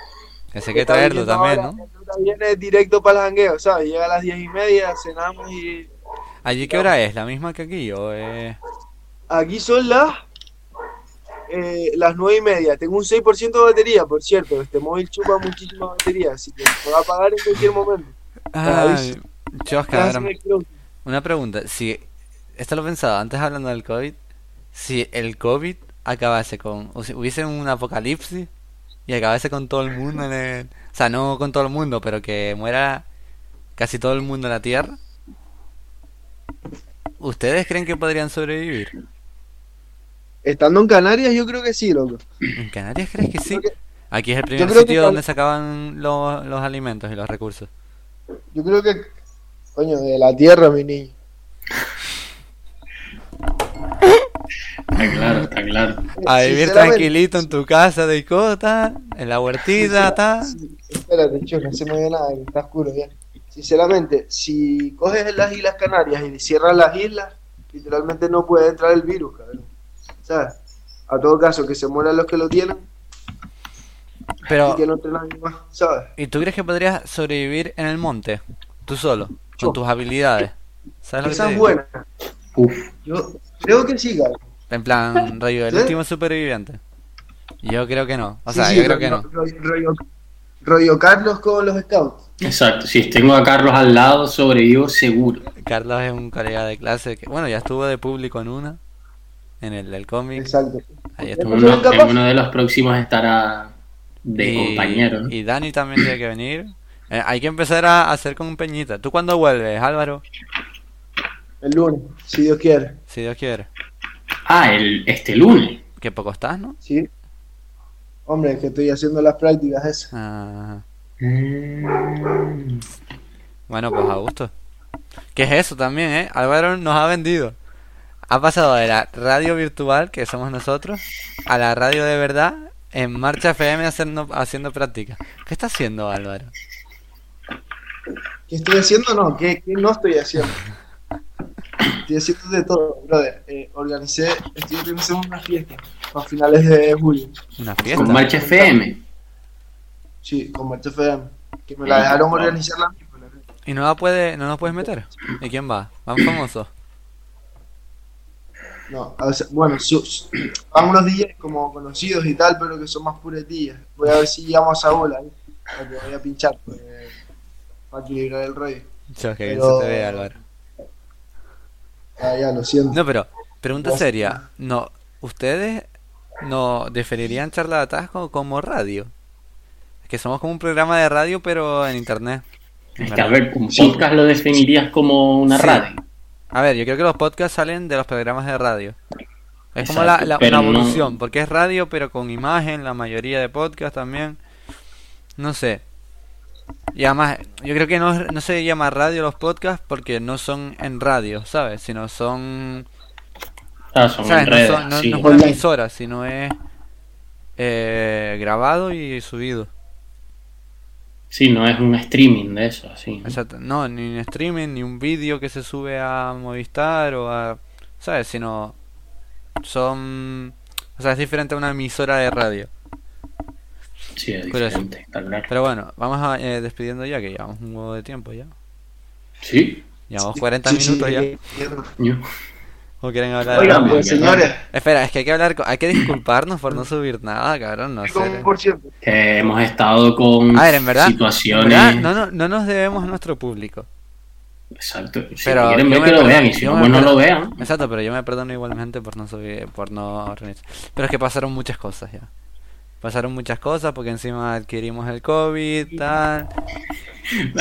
Speaker 3: ese hay que traerlo también, ¿no?
Speaker 2: ¿no? Viene directo para el jangueo, ¿sabes? Llega a las diez y media, cenamos y...
Speaker 3: ¿Allí qué hora es? ¿La misma que aquí? ¿O eh?
Speaker 2: Aquí son las... eh, las nueve y media. Tengo un 6% de batería, por cierto. Este móvil chupa muchísima batería, así que se va a apagar en cualquier momento.
Speaker 3: Ay, chosca,
Speaker 2: Gracias,
Speaker 3: gran-
Speaker 2: Miguel Gruning.
Speaker 3: Una pregunta, si esto lo pensaba antes hablando del COVID, si el COVID acabase con, o si hubiese un apocalipsis y acabase con todo el mundo en el, o sea, no con todo el mundo, pero que muera casi todo el mundo en la Tierra, ¿ustedes creen que podrían sobrevivir?
Speaker 2: Estando en Canarias, yo creo que sí, loco.
Speaker 3: ¿En Canarias crees que sí?
Speaker 2: creo que-
Speaker 3: Aquí es el primer
Speaker 2: creo que
Speaker 3: sitio
Speaker 2: tal-
Speaker 3: donde se acaban los, los alimentos y los recursos.
Speaker 2: Yo creo que. Coño, de la tierra, mi niño.
Speaker 1: Está claro, está claro.
Speaker 3: A vivir
Speaker 2: Sinceramente,
Speaker 3: tranquilito en tu casa de cota, en la huertita, tal.
Speaker 2: Espérate, chulo, no se mueve nada, que está oscuro ya. Sinceramente, si coges las Islas Canarias y cierras las islas, literalmente no puede entrar el virus, cabrón. ¿Sabes? A todo caso, que se mueran los que lo tienen
Speaker 3: Pero
Speaker 2: y que no entre nadie más, ¿sabes?
Speaker 3: ¿Y tú crees que podrías sobrevivir en el monte? Tú solo,
Speaker 2: Yo.
Speaker 3: con tus habilidades. ¿Sabes lo que te
Speaker 2: Esa es
Speaker 3: digo?
Speaker 2: buena.
Speaker 1: Uf,
Speaker 2: Yo creo que sí, cabrón.
Speaker 3: En plan, rollo, el
Speaker 2: ¿Sí?
Speaker 3: último superviviente. Yo creo que no. O
Speaker 2: Sí,
Speaker 3: sea,
Speaker 2: sí,
Speaker 3: yo creo
Speaker 2: ro-
Speaker 3: que no.
Speaker 2: ro- Rollo, rollo Carlos con los scouts.
Speaker 1: exacto. Si tengo a Carlos al lado, sobrevivo seguro.
Speaker 3: Carlos es un colega de clase que, bueno, ya estuvo de público en una, en el del cómic.
Speaker 2: Exacto.
Speaker 3: Ahí
Speaker 1: En
Speaker 3: estuvo.
Speaker 1: uno,
Speaker 2: ¿Son capaz?
Speaker 1: en uno de los próximos estará de
Speaker 3: y,
Speaker 1: compañero. ¿no?
Speaker 3: y Dani también tiene que venir. Eh, hay que empezar a hacer con Peñita. ¿Tú cuándo vuelves, Álvaro?
Speaker 2: El lunes, si Dios quiere.
Speaker 3: Si Dios quiere.
Speaker 1: Ah, el, este lunes.
Speaker 3: Que poco estás, ¿no?
Speaker 2: Sí. Hombre, que estoy haciendo las prácticas esas.
Speaker 3: Ah. Bueno, pues a gusto. ¿Qué es eso también, eh? Álvaro nos ha vendido. Ha pasado de la radio virtual, que somos nosotros, a la radio de verdad, en Marcha FM haciendo, haciendo práctica. ¿Qué está haciendo Álvaro?
Speaker 2: ¿Qué estoy haciendo? No, ¿qué, qué no estoy haciendo? Estoy haciendo de todo, brother. Eh, organicé, estoy organizando una fiesta a finales de julio.
Speaker 3: ¿Una
Speaker 1: Con
Speaker 3: fiesta?
Speaker 1: Marcha FM.
Speaker 2: Sí, con Marcha FM. Que me la dejaron organizar la misma. la neta.
Speaker 3: ¿Y no, la puede, no nos puedes meter? ¿Y quién va? ¿Van famosos?
Speaker 2: No, o sea, bueno, su- su- van unos DJs como conocidos y tal, pero que son más puretillas. Voy a ver si llegamos a bola, ¿eh? Porque voy a pinchar, porque- para equilibrar el rollo.
Speaker 3: Chos, que bien
Speaker 2: Pero-
Speaker 3: se te ve, Álvaro.
Speaker 2: Ah, ya, lo siento.
Speaker 3: No, pero, pregunta seria. No, ¿ustedes no preferirían charla de atasco como radio? Que somos como un programa de radio, pero en internet.
Speaker 1: Es que, a ver, un podcast lo definirías como una
Speaker 3: Sí.
Speaker 1: radio.
Speaker 3: A ver, yo creo que los podcasts salen de los programas de radio. Es como la,
Speaker 1: Exacto,
Speaker 3: la-
Speaker 1: pero
Speaker 3: una
Speaker 1: no-
Speaker 3: evolución, porque es radio, pero con imagen, la mayoría de podcasts también. No sé. Y además, yo creo que no, es- no se llama radio los podcasts porque no son en radio, ¿sabes? Sino son...
Speaker 1: Ah, son
Speaker 3: ¿sabes? No,
Speaker 1: redes,
Speaker 3: son- no-
Speaker 1: sí.
Speaker 3: no es una
Speaker 2: Online.
Speaker 3: emisora, sino es eh, grabado y subido.
Speaker 1: Sí, no es un streaming de eso, sí.
Speaker 3: Exacto. No, ni un streaming, ni un vídeo que se sube a Movistar o a... ¿Sabes? Sino... Son... O sea, es diferente a una emisora de radio.
Speaker 1: Sí, es
Speaker 3: Curioso.
Speaker 1: diferente, está claro.
Speaker 3: Pero bueno, vamos a, eh, despidiendo ya, que llevamos un huevo de tiempo ya.
Speaker 1: Sí,
Speaker 3: Llevamos 40
Speaker 2: Sí, sí,
Speaker 3: minutos ya.
Speaker 2: mierda.
Speaker 1: yo-
Speaker 3: ¿O quieren hablar de
Speaker 2: Oigan,
Speaker 3: algo?
Speaker 2: pues, señores,
Speaker 3: Espera, es que hay que hablar, con- hay que disculparnos por no subir nada, cabrón, no
Speaker 2: con
Speaker 3: sé.
Speaker 2: un por ciento.
Speaker 1: que hemos estado con
Speaker 3: A ver, en verdad,
Speaker 1: situaciones.
Speaker 3: en verdad, no, no, no nos debemos a nuestro público.
Speaker 1: Exacto. Si
Speaker 3: Pero
Speaker 1: quieren
Speaker 3: yo
Speaker 1: ver
Speaker 3: me
Speaker 1: que lo
Speaker 3: perdono,
Speaker 1: vean, y si
Speaker 3: yo
Speaker 1: no,
Speaker 3: me
Speaker 1: pues no
Speaker 3: perdono.
Speaker 1: lo vean.
Speaker 3: Exacto, pero yo me perdono igualmente por no subir, por no reunirse. Pero es que pasaron muchas cosas ya. Pasaron muchas cosas porque encima adquirimos el COVID, tal.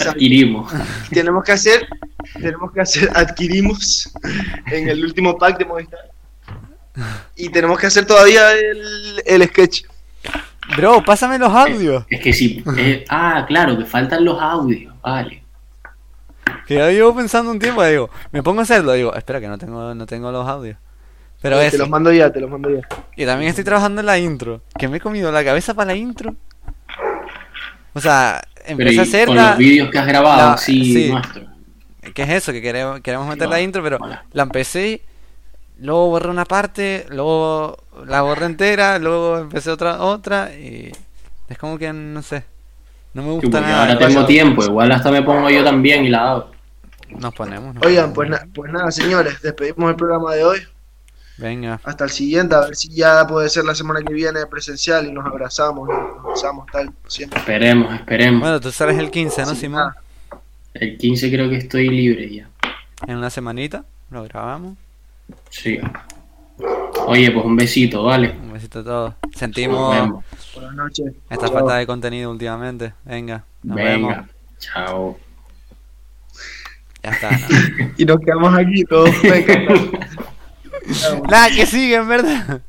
Speaker 1: Adquirimos.
Speaker 2: Tenemos que hacer, tenemos que hacer, adquirimos en el último pack de Movistar. Y tenemos que hacer todavía el, el sketch.
Speaker 3: Bro, pásame los audios.
Speaker 1: Es que sí. eh, ah, claro, que faltan los audios. Vale.
Speaker 3: Que yo llevo pensando un tiempo, digo, me pongo a hacerlo, digo, espera que no tengo, no tengo los audios. Pero
Speaker 2: te
Speaker 3: eso.
Speaker 2: los mando ya, te los mando ya.
Speaker 3: Y también estoy trabajando en la intro. Que me he comido la cabeza para la intro. O sea,
Speaker 1: Pero
Speaker 3: empecé
Speaker 1: y
Speaker 3: a hacer
Speaker 1: con
Speaker 3: la...
Speaker 1: los vídeos que has grabado,
Speaker 3: la-
Speaker 1: sí,
Speaker 3: sí.
Speaker 1: nuestro.
Speaker 3: ¿Qué es eso? Que queremos, queremos meter la
Speaker 1: Vale,
Speaker 3: intro, pero
Speaker 1: vale.
Speaker 3: la empecé, luego borré una parte, luego la borré entera, luego empecé otra, otra y... Es como que, no sé, no me
Speaker 1: Sí,
Speaker 3: gusta
Speaker 1: porque
Speaker 3: nada.
Speaker 1: ahora tengo tiempo, igual hasta me pongo yo también y la hago.
Speaker 3: Nos ponemos. nos
Speaker 2: Oigan,
Speaker 3: ponemos.
Speaker 2: pues, na- pues nada, señores, despedimos el programa de hoy.
Speaker 3: Venga,
Speaker 2: Hasta el siguiente, a ver si ya puede ser la semana que viene presencial y nos abrazamos, nos besamos, tal, siempre.
Speaker 1: Esperemos, esperemos.
Speaker 3: bueno, tú sales el 15, ¿no,
Speaker 2: Sí,
Speaker 3: Simón?
Speaker 1: El 15 creo que estoy libre ya.
Speaker 3: En una semanita, lo grabamos.
Speaker 1: Sí. Oye, pues un besito, ¿vale?
Speaker 3: Un besito a todos.
Speaker 1: Nos
Speaker 3: Sentimos...
Speaker 1: vemos.
Speaker 2: Buenas noches.
Speaker 3: Esta
Speaker 2: Chao.
Speaker 3: falta de contenido últimamente. Venga, nos vemos.
Speaker 1: Venga. Chao.
Speaker 3: Ya está. ¿no?
Speaker 2: Y nos quedamos aquí todos. Venga, chao. Chao.
Speaker 3: Nada, que sigue, en verdad.